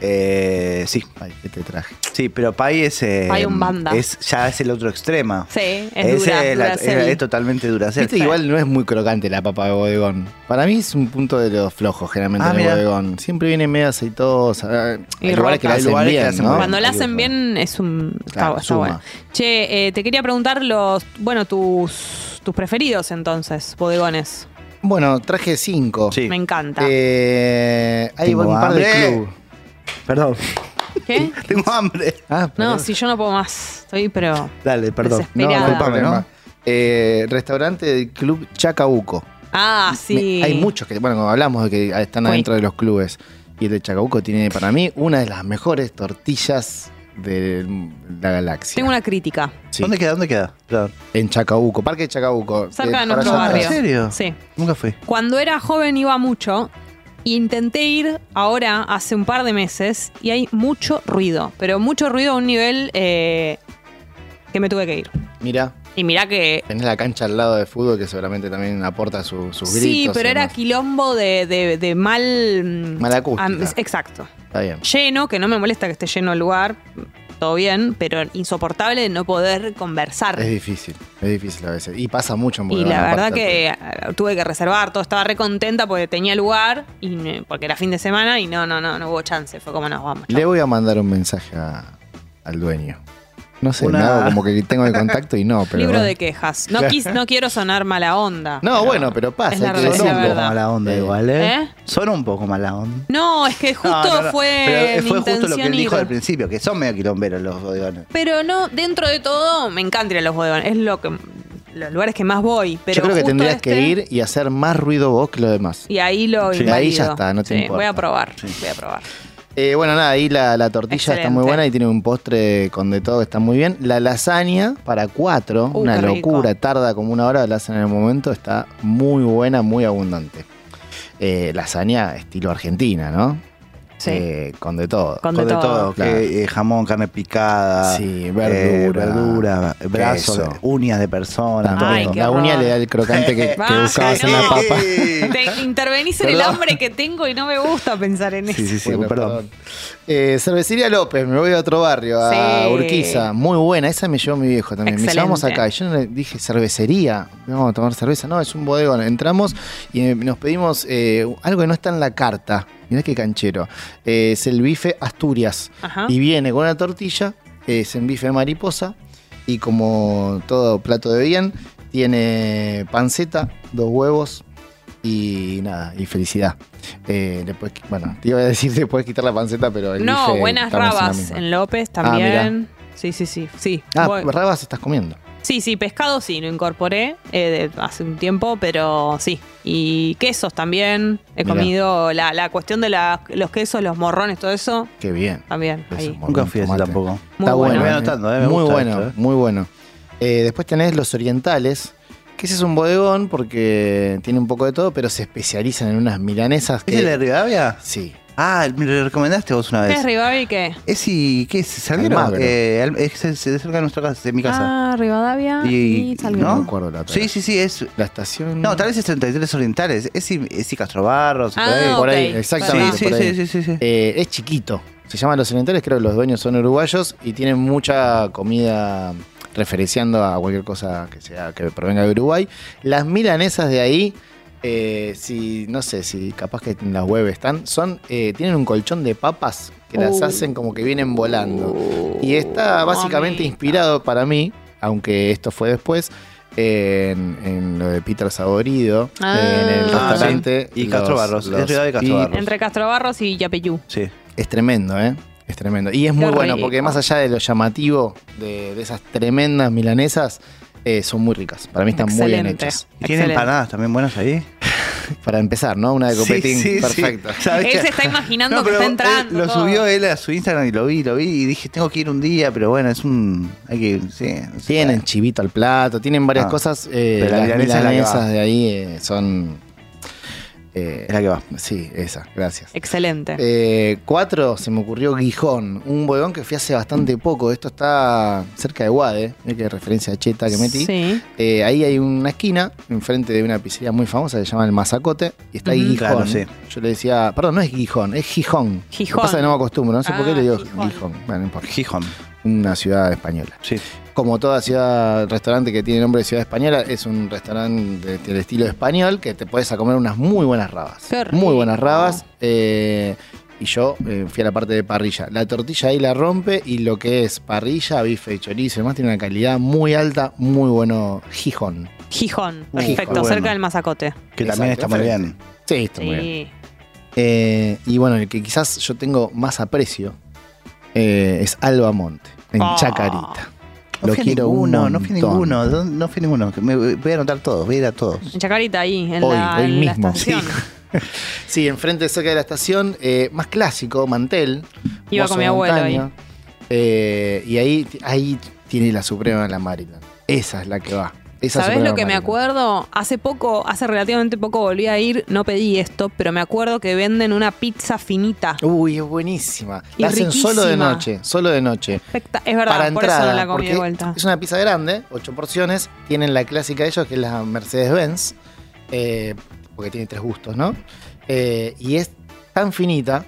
S3: Eh, sí.
S4: Ay, ¿qué te traje?
S3: Sí, pero Pai es. eh,
S2: Pai un banda.
S3: Es, ya es el otro extremo.
S2: Sí, es
S3: Ese
S2: dura,
S3: es, la-
S2: Duracell.
S3: es- es totalmente duracel.
S4: Viste, igual no es muy crocante la papa de bodegón. Para mí es un punto de los flojos, generalmente,
S3: Ah,
S4: en el
S3: mirá.
S4: bodegón. Siempre viene medio aceitosa.
S2: Y
S4: Hay lugares
S2: rota.
S4: que la
S3: Hay
S4: hacen
S3: lugares que la
S4: bien,
S3: hacen
S4: ¿no?
S3: bien.
S2: Cuando la
S4: Hay
S2: hacen
S4: otros.
S2: bien es un... está
S4: Ah, Claro,
S2: bu- está,
S4: suma.
S2: bueno. Che, eh, te quería preguntar los... Bueno, tus, tus preferidos entonces, bodegones.
S4: Bueno, traje cinco.
S3: Sí.
S2: Me encanta.
S4: Eh, hay
S3: Tengo
S4: un par de
S3: hambre.
S4: club.
S3: Perdón.
S2: ¿Qué?
S4: eh,
S3: Tengo hambre.
S4: Ah,
S2: No,
S4: perdón.
S2: si yo no puedo más. Estoy, pero...
S3: Dale, perdón.
S4: No,
S2: Esperada.
S4: disculpame,
S3: Problema.
S4: ¿no? Eh, restaurante del club Chacabuco.
S2: Ah, sí.
S4: Me- Hay muchos que, bueno, como hablamos de que están
S2: Uy.
S4: adentro de los clubes. Y el de Chacabuco tiene para mí una de las mejores tortillas de la galaxia.
S2: Tengo una crítica.
S4: Sí,
S3: ¿Dónde queda? ¿Dónde queda? Perdón.
S4: En Chacabuco, Parque de Chacabuco.
S2: Cerca de
S4: Eh, para
S2: nuestro
S4: allá
S2: barrio.
S3: ¿En serio?
S2: Sí.
S3: Nunca fui.
S2: Cuando era joven iba mucho. Intenté ir ahora, hace un par de meses, y hay mucho ruido. Pero mucho ruido a un nivel eh, que me tuve que ir.
S4: atrás. Mira,
S2: Y mirá que...
S4: tenés la cancha al lado de fútbol que seguramente también aporta su- sus gritos.
S2: Sí, pero
S4: y
S2: era
S4: demás.
S2: quilombo de, de- de mal... mm,
S4: Mala acústica.
S2: am- exacto.
S4: Está bien.
S2: Lleno, que no me molesta que esté lleno el lugar, todo bien, pero insoportable no poder conversar.
S4: Es difícil, es difícil a veces. Y pasa mucho en
S2: Y
S4: Bolivia,
S2: la
S4: aparte,
S2: verdad que eh, tuve que reservar, todo estaba re contenta porque tenía lugar y no- porque era fin de semana y no, no, no, no hubo chance, fue como nos vamos. chao.
S4: Le voy a mandar un mensaje a- al dueño. No sé,
S3: Una-
S4: me hago como que tengo el contacto y no, pero.
S2: Libro
S4: bueno.
S2: de quejas. No, quis- no quiero sonar mala onda.
S4: No, bueno, pero pasa,
S2: Es la
S4: hay que
S2: realidad,
S3: Son
S4: decirlo.
S3: un poco
S2: verdad.
S3: mala onda
S4: Eh.
S3: igual, ¿eh?
S2: ¿Eh?
S3: Son un poco mala onda.
S2: No, es que justo
S3: No, no, no.
S2: fue
S3: Pero
S2: mi
S3: fue justo lo que
S2: intención
S3: él dijo
S2: ir.
S3: al principio, que son medio quilomberos los bodegones.
S2: Pero no, dentro de todo me encantan ir a los bodegones, es lo que los lugares que más voy, pero
S4: Yo creo que
S2: justo
S4: tendrías que
S2: este-
S4: ir y hacer más ruido vos que lo demás.
S2: y ahí lo
S4: Sí.
S2: invalido.
S4: Ahí ya está, no
S2: Sí,
S4: te importa.
S2: Voy a probar, voy a probar.
S4: Eh, bueno, nada, ahí la, la tortilla está
S2: Excelente.
S4: muy buena y tiene un postre con de todo que está muy bien. La lasaña para cuatro,
S2: Uh,
S4: una
S2: qué rico.
S4: locura, tarda como una hora, la hacen en el momento, está muy buena, muy abundante. Eh, lasaña estilo argentina, ¿no?
S2: Sí.
S4: Eh, con de todo.
S2: Con
S3: Con
S2: de
S3: de
S2: todo.
S3: todo,
S4: Claro.
S3: que, eh, jamón, carne picada,
S4: Sí,
S3: eh,
S4: verdura,
S3: verdura brazos,
S4: queso.
S3: uñas de personas,
S2: Ay,
S4: También.
S2: qué
S4: la uña
S2: horror.
S4: le da el crocante que, que
S2: Vaya,
S4: buscabas en
S2: no.
S4: la papa.
S3: Eh,
S2: Te intervenís en el
S4: Perdón.
S2: hambre que tengo y no me gusta pensar en eso.
S3: Sí, sí, sí,
S4: Bueno,
S3: perdón.
S4: perdón. Eh, Cervecería López, me voy a otro barrio, a
S2: Sí.
S4: Urquiza. Muy buena, esa me llevó mi viejo también.
S2: Excelente.
S4: Me llevamos acá. Y yo le dije, cervecería, vamos a tomar cerveza. No, es un bodegón. Entramos y eh, nos pedimos eh, algo que no está en la carta. Mirá qué canchero. Eh, es el bife Asturias.
S2: Ajá.
S4: Y viene con una tortilla, es en bife de mariposa. Y y como todo plato de bien, tiene panceta, dos huevos y nada, y felicidad. Eh, le puedes qui- bueno, te iba a decir, te puedes quitar la panceta, pero el
S2: No,
S4: bife,
S2: buenas
S4: estamos en la
S2: rabas
S4: misma.
S2: en López también. sí, sí, sí. Sí.
S4: Ah,
S2: Voy-
S4: rabas estás comiendo.
S2: sí, sí, pescado sí, lo incorporé eh, de- hace un tiempo, pero sí. Y quesos también. He
S4: Mirá.
S2: comido la, la cuestión de la- los quesos, los morrones, todo eso,
S4: Qué bien.
S2: también.
S4: Eso,
S2: Ah, ahí.
S3: Nunca fui así
S4: Tomate.
S3: tampoco.
S2: Muy
S4: Está
S2: bueno.
S4: bueno.
S3: Me voy anotando, eh, me
S4: muy
S3: gusta
S4: bueno,
S3: esto, eh.
S4: muy bueno. Eh, después tenés los orientales, que ese es un bodegón porque tiene un poco de todo, pero se especializan en unas milanesas que...
S3: ¿Es el de Rivadavia?
S4: Sí.
S3: Ah, me lo recomendaste vos una
S2: ¿Qué
S3: vez.
S2: es Rivadavia y qué?
S3: Es y ¿qué es? ¿Salguero?
S4: Almagro.
S3: Eh, al- es, es- es cerca de nuestra casa, de mi casa.
S2: Ah, Rivadavia y,
S3: Y-
S2: Salguero.
S4: No
S3: ¿No?
S4: me acuerdo la otra
S3: sí,
S4: vez.
S3: sí, sí, es.
S4: La estación...
S3: No, tal vez es 33 Orientales. Es y, es y Castro Barros.
S2: Ah,
S3: por ahí.
S4: Por ahí,
S2: ok.
S4: exactamente.
S3: sí,
S4: por ahí.
S3: sí, sí, sí, sí, sí.
S4: Eh, es chiquito. Se llama Los Orientales, creo que los dueños son uruguayos y tienen mucha comida referenciando a cualquier cosa que sea que provenga de Uruguay. Las milanesas de ahí, eh, si no sé, si capaz que en las web están, son eh, tienen un colchón de papas que las
S2: Uh.
S4: hacen como que vienen volando. Y está básicamente
S2: Mamita.
S4: inspirado para mí, aunque esto fue después, en, en lo de Peter Saborido,
S2: Ah.
S4: en
S2: Ah,
S4: el
S2: sí.
S4: restaurante.
S3: Y Castro Barros, es ciudad de Castro
S4: Pi-
S3: Barros.
S2: Entre Castrobarros y Yapeyú.
S3: Sí.
S4: es tremendo, ¿eh? Es tremendo. Y es muy
S2: Qué
S4: bueno,
S2: rico.
S4: porque más allá de lo llamativo de, de esas tremendas milanesas, eh, son muy ricas. Para mí están muy bien
S2: Excelente.
S4: hechas.
S3: ¿Y tienen
S2: Excelente.
S3: empanadas también buenas ahí?
S4: Para empezar, ¿no? Una de Ah, copetín,
S3: Sí, sí, sí.
S4: perfecto.
S3: ¿Sabes
S2: Él
S3: qué?
S2: se está imaginando
S3: No,
S2: que
S3: pero
S4: eh,
S2: está
S3: él
S2: entrando.
S3: lo
S2: todo.
S3: subió él a su Instagram y lo vi, lo vi y dije, tengo que ir un día, pero bueno, es un... Hay que... Sí, no sé.
S4: Tienen chivito al plato, tienen varias
S3: Ah,
S4: cosas. eh,
S3: pero la
S4: las
S3: milanesa es la que
S4: milanesas
S3: va.
S4: de ahí eh, son... eh,
S3: Es la que va.
S4: sí, esa, gracias.
S2: Excelente.
S4: Eh, cuatro, se me ocurrió Gijón, un bodegón que fui hace bastante poco. Esto está cerca de Guade, mirá que referencia cheta que metí.
S2: Sí.
S4: Eh, ahí hay una esquina, enfrente de una pizzería muy famosa que se llama El Mazacote, y está ahí
S2: Ujú.
S4: Gijón.
S3: Claro, sí.
S4: Yo le decía, perdón, no es Gijón, es Gijón. Lo
S2: Gijón.
S4: que pasa es que no me acostumbro, no sé por qué
S2: Ah,
S4: le digo
S2: Gijón.
S4: Gijón. Bueno, no importa.
S3: Gijón,
S4: Una ciudad española.
S3: sí.
S4: Como toda ciudad, restaurante que tiene nombre de ciudad española, es un restaurante de- del estilo español que te puedes a comer unas muy buenas rabas.
S2: Qué rico.
S4: Muy buenas rabas. eh, y yo eh, fui a la parte de parrilla. La tortilla ahí la rompe y lo que es parrilla, bife, chorizo, además tiene una calidad muy alta, muy bueno. Gijón.
S2: Gijón.
S3: Uh,
S2: Perfecto,
S3: bueno.
S2: cerca del mazacote.
S3: Que también
S4: Exacto,
S3: está muy
S4: referente.
S3: bien.
S4: Sí, está muy bien.
S2: Sí.
S4: Eh, y bueno, el que quizás yo tengo más aprecio eh, es Alba Monte, en
S2: Ah.
S4: Chacarita.
S3: No
S4: Lo
S3: fui a
S4: quiero un
S3: ninguno, no fui a
S4: montón.
S3: ninguno, no, no fui a ninguno. Me, voy a anotar todos, voy a ir a todos.
S2: En Chacarita ahí, en
S4: Hoy,
S2: la,
S4: hoy
S2: en la
S4: mismo, sí.
S2: estación.
S4: Sí, enfrente cerca de la estación, eh, más clásico, Mantel.
S2: Iba
S4: Mozo
S2: con mi abuelo
S4: Montaña. Eh, y ahí, ahí tiene la Suprema de la Maryland. Esa es la que va. Esa
S2: ¿Sabés
S4: Suprema
S2: lo que me
S4: Maryland.
S2: acuerdo? Hace poco, hace relativamente poco volví a ir, no pedí esto, pero me acuerdo que venden una pizza finita.
S4: Uy, es buenísima.
S2: Y
S4: la hacen solo de
S2: riquísima.
S4: noche, solo de noche.
S2: Especta- es verdad,
S4: para
S2: por
S4: entrada.
S2: eso no la comí de
S4: porque
S2: vuelta.
S4: Es una pizza grande, ocho porciones. Tienen la clásica de ellos, que es la Mercedes-Benz, eh, porque tiene tres gustos, ¿no? Eh, y es tan finita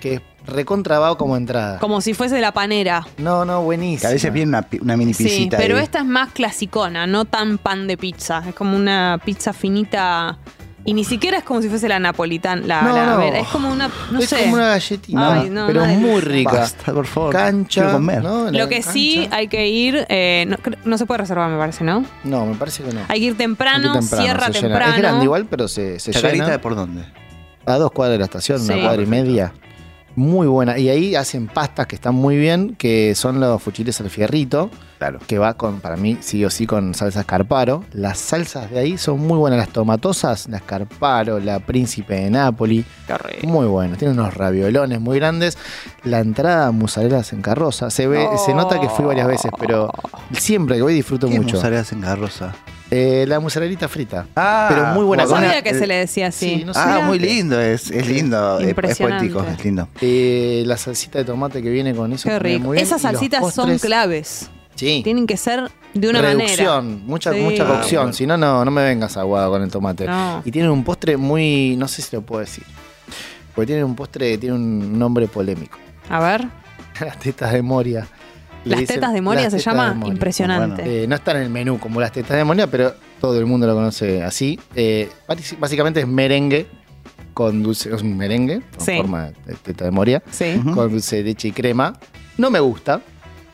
S4: que recontrabado como entrada.
S2: Como si fuese la panera.
S4: No, no,
S3: Que
S4: buenísimo.
S3: a veces viene una, pi- una mini
S2: Sí,
S3: pisita.
S2: pero
S3: ahí.
S2: esta es más clasicona, no tan pan de pizza. Es como una pizza finita. Y ni siquiera es como si fuese la napolitana. La,
S4: No,
S2: la-
S4: no.
S2: Es como una. No
S4: es
S2: sé.
S4: como una galletina,
S2: Ay, no,
S4: pero
S2: una
S4: muy
S2: delicia.
S4: rica.
S3: Basta, por favor.
S4: Cancha.
S3: Quiero comer.
S4: ¿no? La
S2: Lo que sí
S4: cancha.
S2: hay que ir. eh, no, cre- no se puede reservar, me parece, ¿no?
S4: No, me parece que no.
S2: Hay que ir temprano,
S4: Hay que temprano,
S2: cierra
S4: se llena.
S2: temprano.
S4: Es grande igual, pero se, se
S3: ¿Chacarita
S4: llena.
S3: de por dónde?
S4: A dos cuadras de la estación,
S2: Sí.
S4: una cuadra y
S3: Ah, perfecto.
S4: media. Muy buena. Y ahí hacen pastas que están muy bien, que son los fuchiles al fierrito,
S3: Claro.
S4: que va con, para mí, sí o sí, con salsas carparo. Las salsas de ahí son muy buenas. Las tomatosas, las carparo, la príncipe de Nápoli,
S2: Qué rico.
S4: muy buenas. Tienen unos raviolones muy grandes. La entrada, musarelas en carroza. Se ve, se nota que fui varias veces, pero siempre que voy disfruto
S3: ¿Qué
S4: mucho.
S3: musarelas en carroza?
S4: Eh, la musarelita frita.
S3: Ah,
S4: Pero muy buena
S2: No
S3: como
S4: con
S2: sabía
S4: una-
S2: que se le decía así.
S4: Sí, no sé.
S3: Ah, muy
S4: Mirá.
S3: lindo, es, es lindo, es- es
S2: Impresionante.
S3: poético, es lindo.
S4: Eh, la salsita de tomate que viene con eso.
S2: Qué
S4: también
S2: rico.
S4: muy bien.
S2: Esas
S4: Y los
S2: salsitas son
S4: postres,
S2: claves.
S4: Sí.
S2: Tienen que ser de una
S4: Reducción,
S2: manera.
S4: mucha,
S2: Sí.
S4: mucha
S2: Ah,
S4: cocción.
S3: bueno.
S4: Si no, no, no me vengas aguado con el tomate.
S2: No.
S4: Y tienen un postre muy. No sé si lo puedo decir. Porque tienen un postre que tiene un nombre polémico.
S2: A ver.
S4: las tetas de Moria. Le
S2: Las
S4: dicen
S2: tetas de Moria
S4: las
S2: se
S4: tetas
S2: llama
S4: de Moria.
S2: impresionante.
S4: Eh, no está en el menú como las tetas de Moria, pero todo el mundo lo conoce así. Eh, basi- básicamente es merengue con dulce. Es un merengue con
S2: Sí.
S4: forma de teta de Moria.
S2: Sí.
S3: Ujú.
S4: con dulce de leche y crema. No me gusta.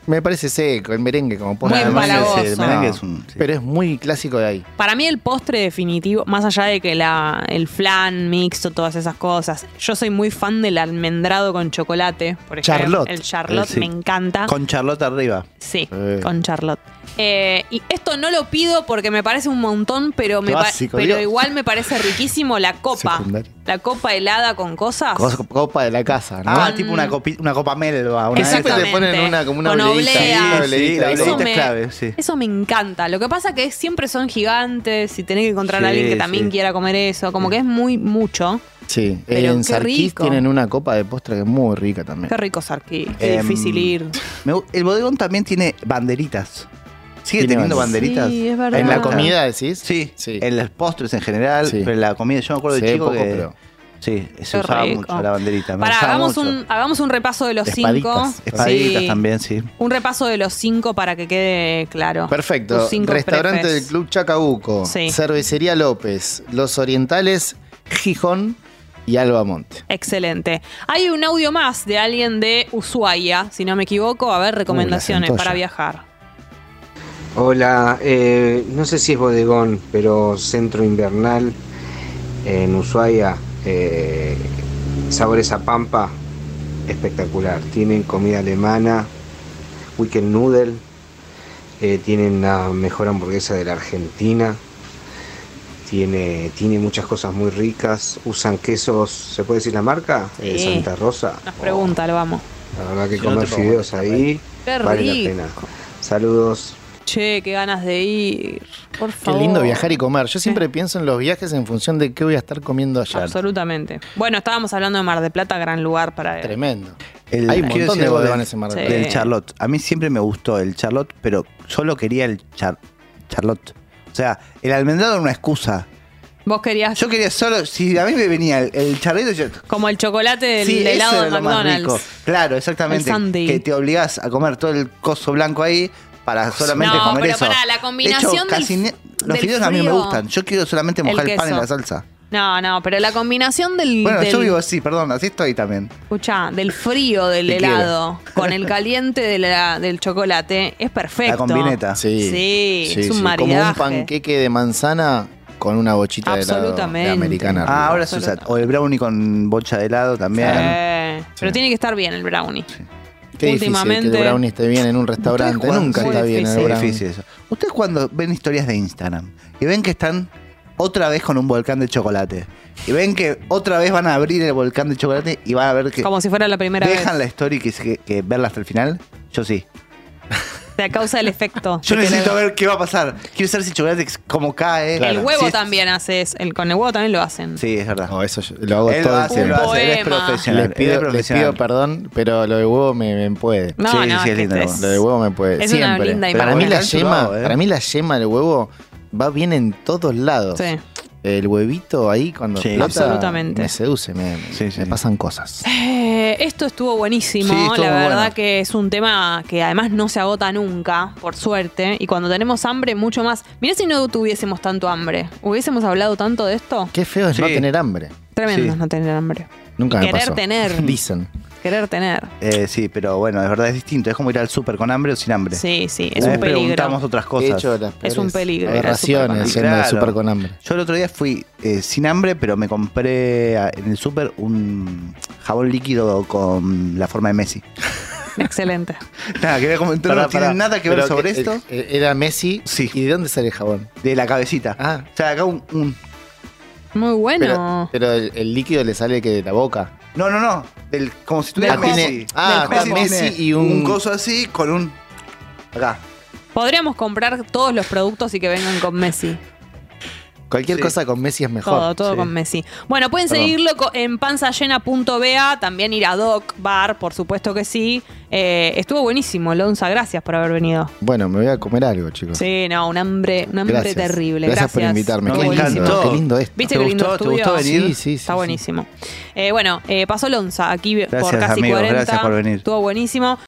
S4: Me parece seco, el merengue como
S2: Muy
S4: postre.
S3: el merengue es- el
S2: empalagoso.
S3: merengue es un- sí.
S4: Pero es muy clásico de ahí.
S2: Para mí el postre definitivo, más allá de que la, el flan mixto, todas esas cosas, yo soy muy fan del almendrado con chocolate, por ejemplo.
S4: Charlotte.
S2: El charlotte
S3: Eh, sí.
S2: me encanta.
S3: Con Charlotte arriba.
S2: sí,
S4: Eh.
S2: con charlotte. Eh, y esto no lo pido porque me parece un montón, pero, me pa-
S4: Clásico,
S2: pero
S4: Dios.
S2: igual me parece riquísimo la copa.
S4: Secundario.
S2: La copa helada con cosas.
S4: Cos- Copa de la casa, ¿no?
S3: Ah,
S2: Con-
S3: tipo una, copi- una copa melva. Una
S4: Una vez que
S2: Exactamente.
S4: te ponen una como una
S2: Con
S4: obleita.
S2: oblea.
S4: Sí,
S2: Sí,
S3: sí, la
S4: una obleita, obleita.
S2: Eso
S3: Obleita
S2: me,
S3: es clave, sí.
S2: eso me encanta. Lo que pasa que siempre son gigantes y tenés que encontrar a
S3: Sí,
S2: alguien que también
S3: sí.
S2: quiera comer eso. Como que es muy mucho.
S4: Sí,
S2: Pero qué
S4: en Sarquís
S2: rico.
S4: tienen una copa de postre que es muy rica también.
S2: Qué rico Sarki. Qué
S3: Em,
S2: difícil ir.
S3: Me gu- el bodegón también tiene banderitas. ¿Sigue
S4: Tiene
S3: teniendo
S2: banderitas.
S3: banderitas?
S2: Sí, es verdad.
S4: ¿En la
S2: Ah.
S4: comida decís?
S3: Sí,
S4: Sí.
S3: en los postres en general,
S4: Sí.
S3: pero en la comida. Yo me acuerdo
S4: Se
S3: de
S4: ve
S3: chico
S4: poco,
S3: que.
S4: pero-
S3: Sí,
S2: Qué
S3: se usaba
S2: rico.
S3: mucho la banderita. me
S2: Pará,
S3: gustaba
S2: hagamos
S3: mucho.
S2: un, hagamos un repaso de los
S4: Espaditas.
S2: cinco.
S3: Espaditas
S2: Sí.
S3: también, sí.
S2: Un repaso de los cinco para que quede claro.
S4: Perfecto.
S2: Oh, Tus cinco
S4: Restaurante
S2: prefes.
S4: del Club Chacabuco,
S2: Sí.
S4: Cervecería López, Los Orientales, Gijón y Alba Monte.
S2: Excelente. Hay un audio más de alguien de Ushuaia, si no me equivoco. A ver, recomendaciones
S4: Santoya.
S2: para viajar.
S7: Hola, eh, no sé si es bodegón, pero centro invernal en Ushuaia, eh, sabores a pampa, espectacular. Tienen comida alemana, weekend noodle, eh, tienen la mejor hamburguesa de la Argentina, tiene, tiene muchas cosas muy ricas, usan quesos, ¿se puede decir la marca? Eh,
S2: Sí.
S7: Santa Rosa.
S2: Nos pregunta, lo vamos.
S7: La verdad que
S3: Yo no
S7: comer
S3: te puedo
S7: fideos
S3: contestar,
S7: ahí
S2: Qué
S7: vale la
S2: rico.
S7: pena. Saludos.
S2: Che, qué ganas de ir. Por
S4: Qué
S2: favor.
S4: lindo viajar y comer. Yo siempre pienso en los viajes en función de qué voy a estar comiendo allá.
S2: Absolutamente. Bueno, estábamos hablando de Mar de Plata, gran lugar para.
S4: Tremendo.
S3: El-
S4: Hay un
S3: quiero
S4: montón
S3: decir
S4: de
S3: algo
S4: bodegones en Mar del
S2: Sí.
S4: Plata.
S3: Del Charlotte. A mí siempre me gustó el Charlotte, pero solo quería el char- Charlotte. O sea, el almendrado era una excusa.
S2: Vos querías
S3: Yo quería solo, si a mí me venía el, el charrito, yo...
S2: como el chocolate del
S3: sí, eso
S2: helado
S3: era
S2: de
S3: lo más rico.
S2: McDonald's.
S3: Claro,
S2: El
S3: exactamente.
S2: sundae.
S3: Que te obligás a comer todo el coso blanco ahí para solamente
S2: No,
S3: comer
S2: pero
S3: eso.
S2: pará, la
S3: De hecho,
S2: combinación del-
S3: casi ni-
S2: del
S3: los fideos a mí me
S2: frío.
S3: gustan. Yo quiero solamente
S2: El
S3: mojar el, pan
S2: queso.
S3: en la salsa.
S2: No, no, pero la combinación del,
S3: Bueno,
S2: del-
S3: yo vivo así, perdón, así estoy también.
S2: Ah, escuchá, del frío del
S3: Te quiero.
S2: helado con el caliente de la- del chocolate es perfecto.
S3: La combineta.
S4: Sí.
S2: Sí, es un
S4: Como un
S2: maridaje.
S4: panqueque de manzana con una bochita de helado de
S2: Absolutamente.
S4: americana.
S3: Ah,
S4: arriba.
S3: ahora se usa. O el brownie con bocha de helado también.
S2: Eh, pero
S4: Sí.
S2: tiene que estar bien el brownie.
S4: Qué difícil que
S2: últimamente-
S4: el brownie esté bien en un restaurante.
S3: Ustedes
S4: Nunca
S3: cuando-
S4: está bien
S3: Es
S4: el
S3: muy
S4: brownie.
S3: difícil eso. Ustedes cuando ven historias de Instagram y ven que están otra vez con un volcán de chocolate y ven que otra vez van a abrir el volcán de chocolate y van a ver que
S2: Como si fuera la primera
S3: dejan
S2: vez.
S3: la historia y que, se- que verla hasta el final, yo sí.
S2: Te causa el efecto.
S3: Yo
S2: que
S3: necesito
S2: tenés.
S3: ver qué va a pasar. Quiero saber si el chocolate como cae.
S2: El
S4: Claro.
S2: huevo
S3: Si es-
S2: también haces. El, con el huevo también lo hacen.
S3: Sí, es verdad.
S4: No, eso yo lo hago
S3: él
S4: todo
S3: lo
S4: el
S3: hace, él
S4: tiempo.
S3: lo hace, él es
S2: Poema.
S3: profesional.
S4: Les
S3: él es
S4: pido, les
S3: profesional.
S4: pido perdón, pero lo de huevo me, me puede.
S2: No,
S3: Sí,
S2: no,
S3: sí,
S2: es
S3: es
S2: que
S3: lindo
S2: te-
S3: el huevo.
S4: Lo de huevo me puede.
S2: Es una
S4: siempre.
S2: linda
S4: Pero para mí la
S3: imagen.
S4: yema,
S3: Yo lo hago, eh.
S4: para mí la yema del huevo va bien en todos lados.
S2: Sí.
S4: El huevito ahí cuando
S3: Sí.
S4: explota,
S2: Absolutamente.
S4: me seduce, me,
S3: Sí, sí.
S4: me pasan cosas.
S2: Eh, esto estuvo buenísimo,
S3: Sí, estuvo
S2: la
S3: muy
S2: verdad
S3: bueno.
S2: que es un tema que además no se agota nunca, por suerte, y cuando tenemos hambre mucho más. Mirá si no tuviésemos tanto hambre, hubiésemos hablado tanto de esto.
S4: Qué feo es no
S3: Sí.
S4: tener hambre.
S2: Tremendo
S3: Sí.
S2: es no tener hambre,
S4: Nunca me
S2: Querer
S4: pasó.
S2: tener.
S4: Dicen.
S2: querer tener.
S3: Eh, sí, pero bueno, es verdad, es distinto. Es como ir al súper con hambre o sin hambre.
S2: Sí, sí, es
S3: Una
S2: un
S3: vez
S2: peligro.
S3: preguntamos otras cosas.
S4: He hecho las
S2: Es un
S4: peores
S2: peligro, era
S4: Aberraciones,
S2: súper
S4: siendo
S3: Claro.
S4: súper con hambre.
S3: Yo el otro día fui eh, sin hambre, pero me compré a- en el súper un jabón líquido con la forma de Messi.
S2: Excelente.
S3: Nada, quería comentar,
S4: Pará,
S3: no tiene
S4: pará.
S3: nada que ver
S4: Pero
S3: sobre
S4: eh,
S3: esto.
S4: eh, Era Messi.
S3: Sí.
S4: ¿Y de dónde sale el jabón?
S3: de la cabecita.
S4: Ah,
S3: O sea, acá un, un-
S2: Muy bueno.
S4: pero, pero el, el líquido le sale que de la boca.
S3: No, no, no. Del, como si tuviera
S4: Ah,
S2: copo.
S3: Messi.
S4: tiene- ah,
S2: Del
S4: está
S2: copo.
S4: Messi
S3: tiene
S4: y un,
S3: coso así con un... Acá.
S2: Podríamos comprar todos los productos y que vengan con Messi.
S4: Cualquier
S3: Sí.
S4: cosa con Messi es mejor.
S2: Todo, todo
S3: sí.
S2: con Messi. Bueno, pueden
S4: Perdón.
S2: seguirlo co- en panzallena.ba, también ir a Doc Bar, por supuesto que sí. Eh, estuvo buenísimo, Lonza, gracias por haber venido.
S4: Bueno, me voy a comer algo, chicos.
S2: Sí, no, un hambre, un hambre
S4: Gracias.
S2: terrible.
S4: Gracias, por invitarme.
S3: No,
S4: Qué
S3: me
S2: Estuvo
S4: lindo,
S3: encantó.
S4: qué lindo esto. ¿eh?
S2: ¿Viste
S3: ¿Te
S2: qué lindo
S3: gustó? ¿Te
S2: estudio?
S3: gustó venir?
S4: Sí, sí, sí.
S2: Está
S4: sí.
S2: buenísimo. Eh, bueno, eh, pasó Lonza aquí por
S3: Gracias,
S2: casi
S3: amigos,
S2: 40.
S3: gracias por venir.
S2: Estuvo buenísimo.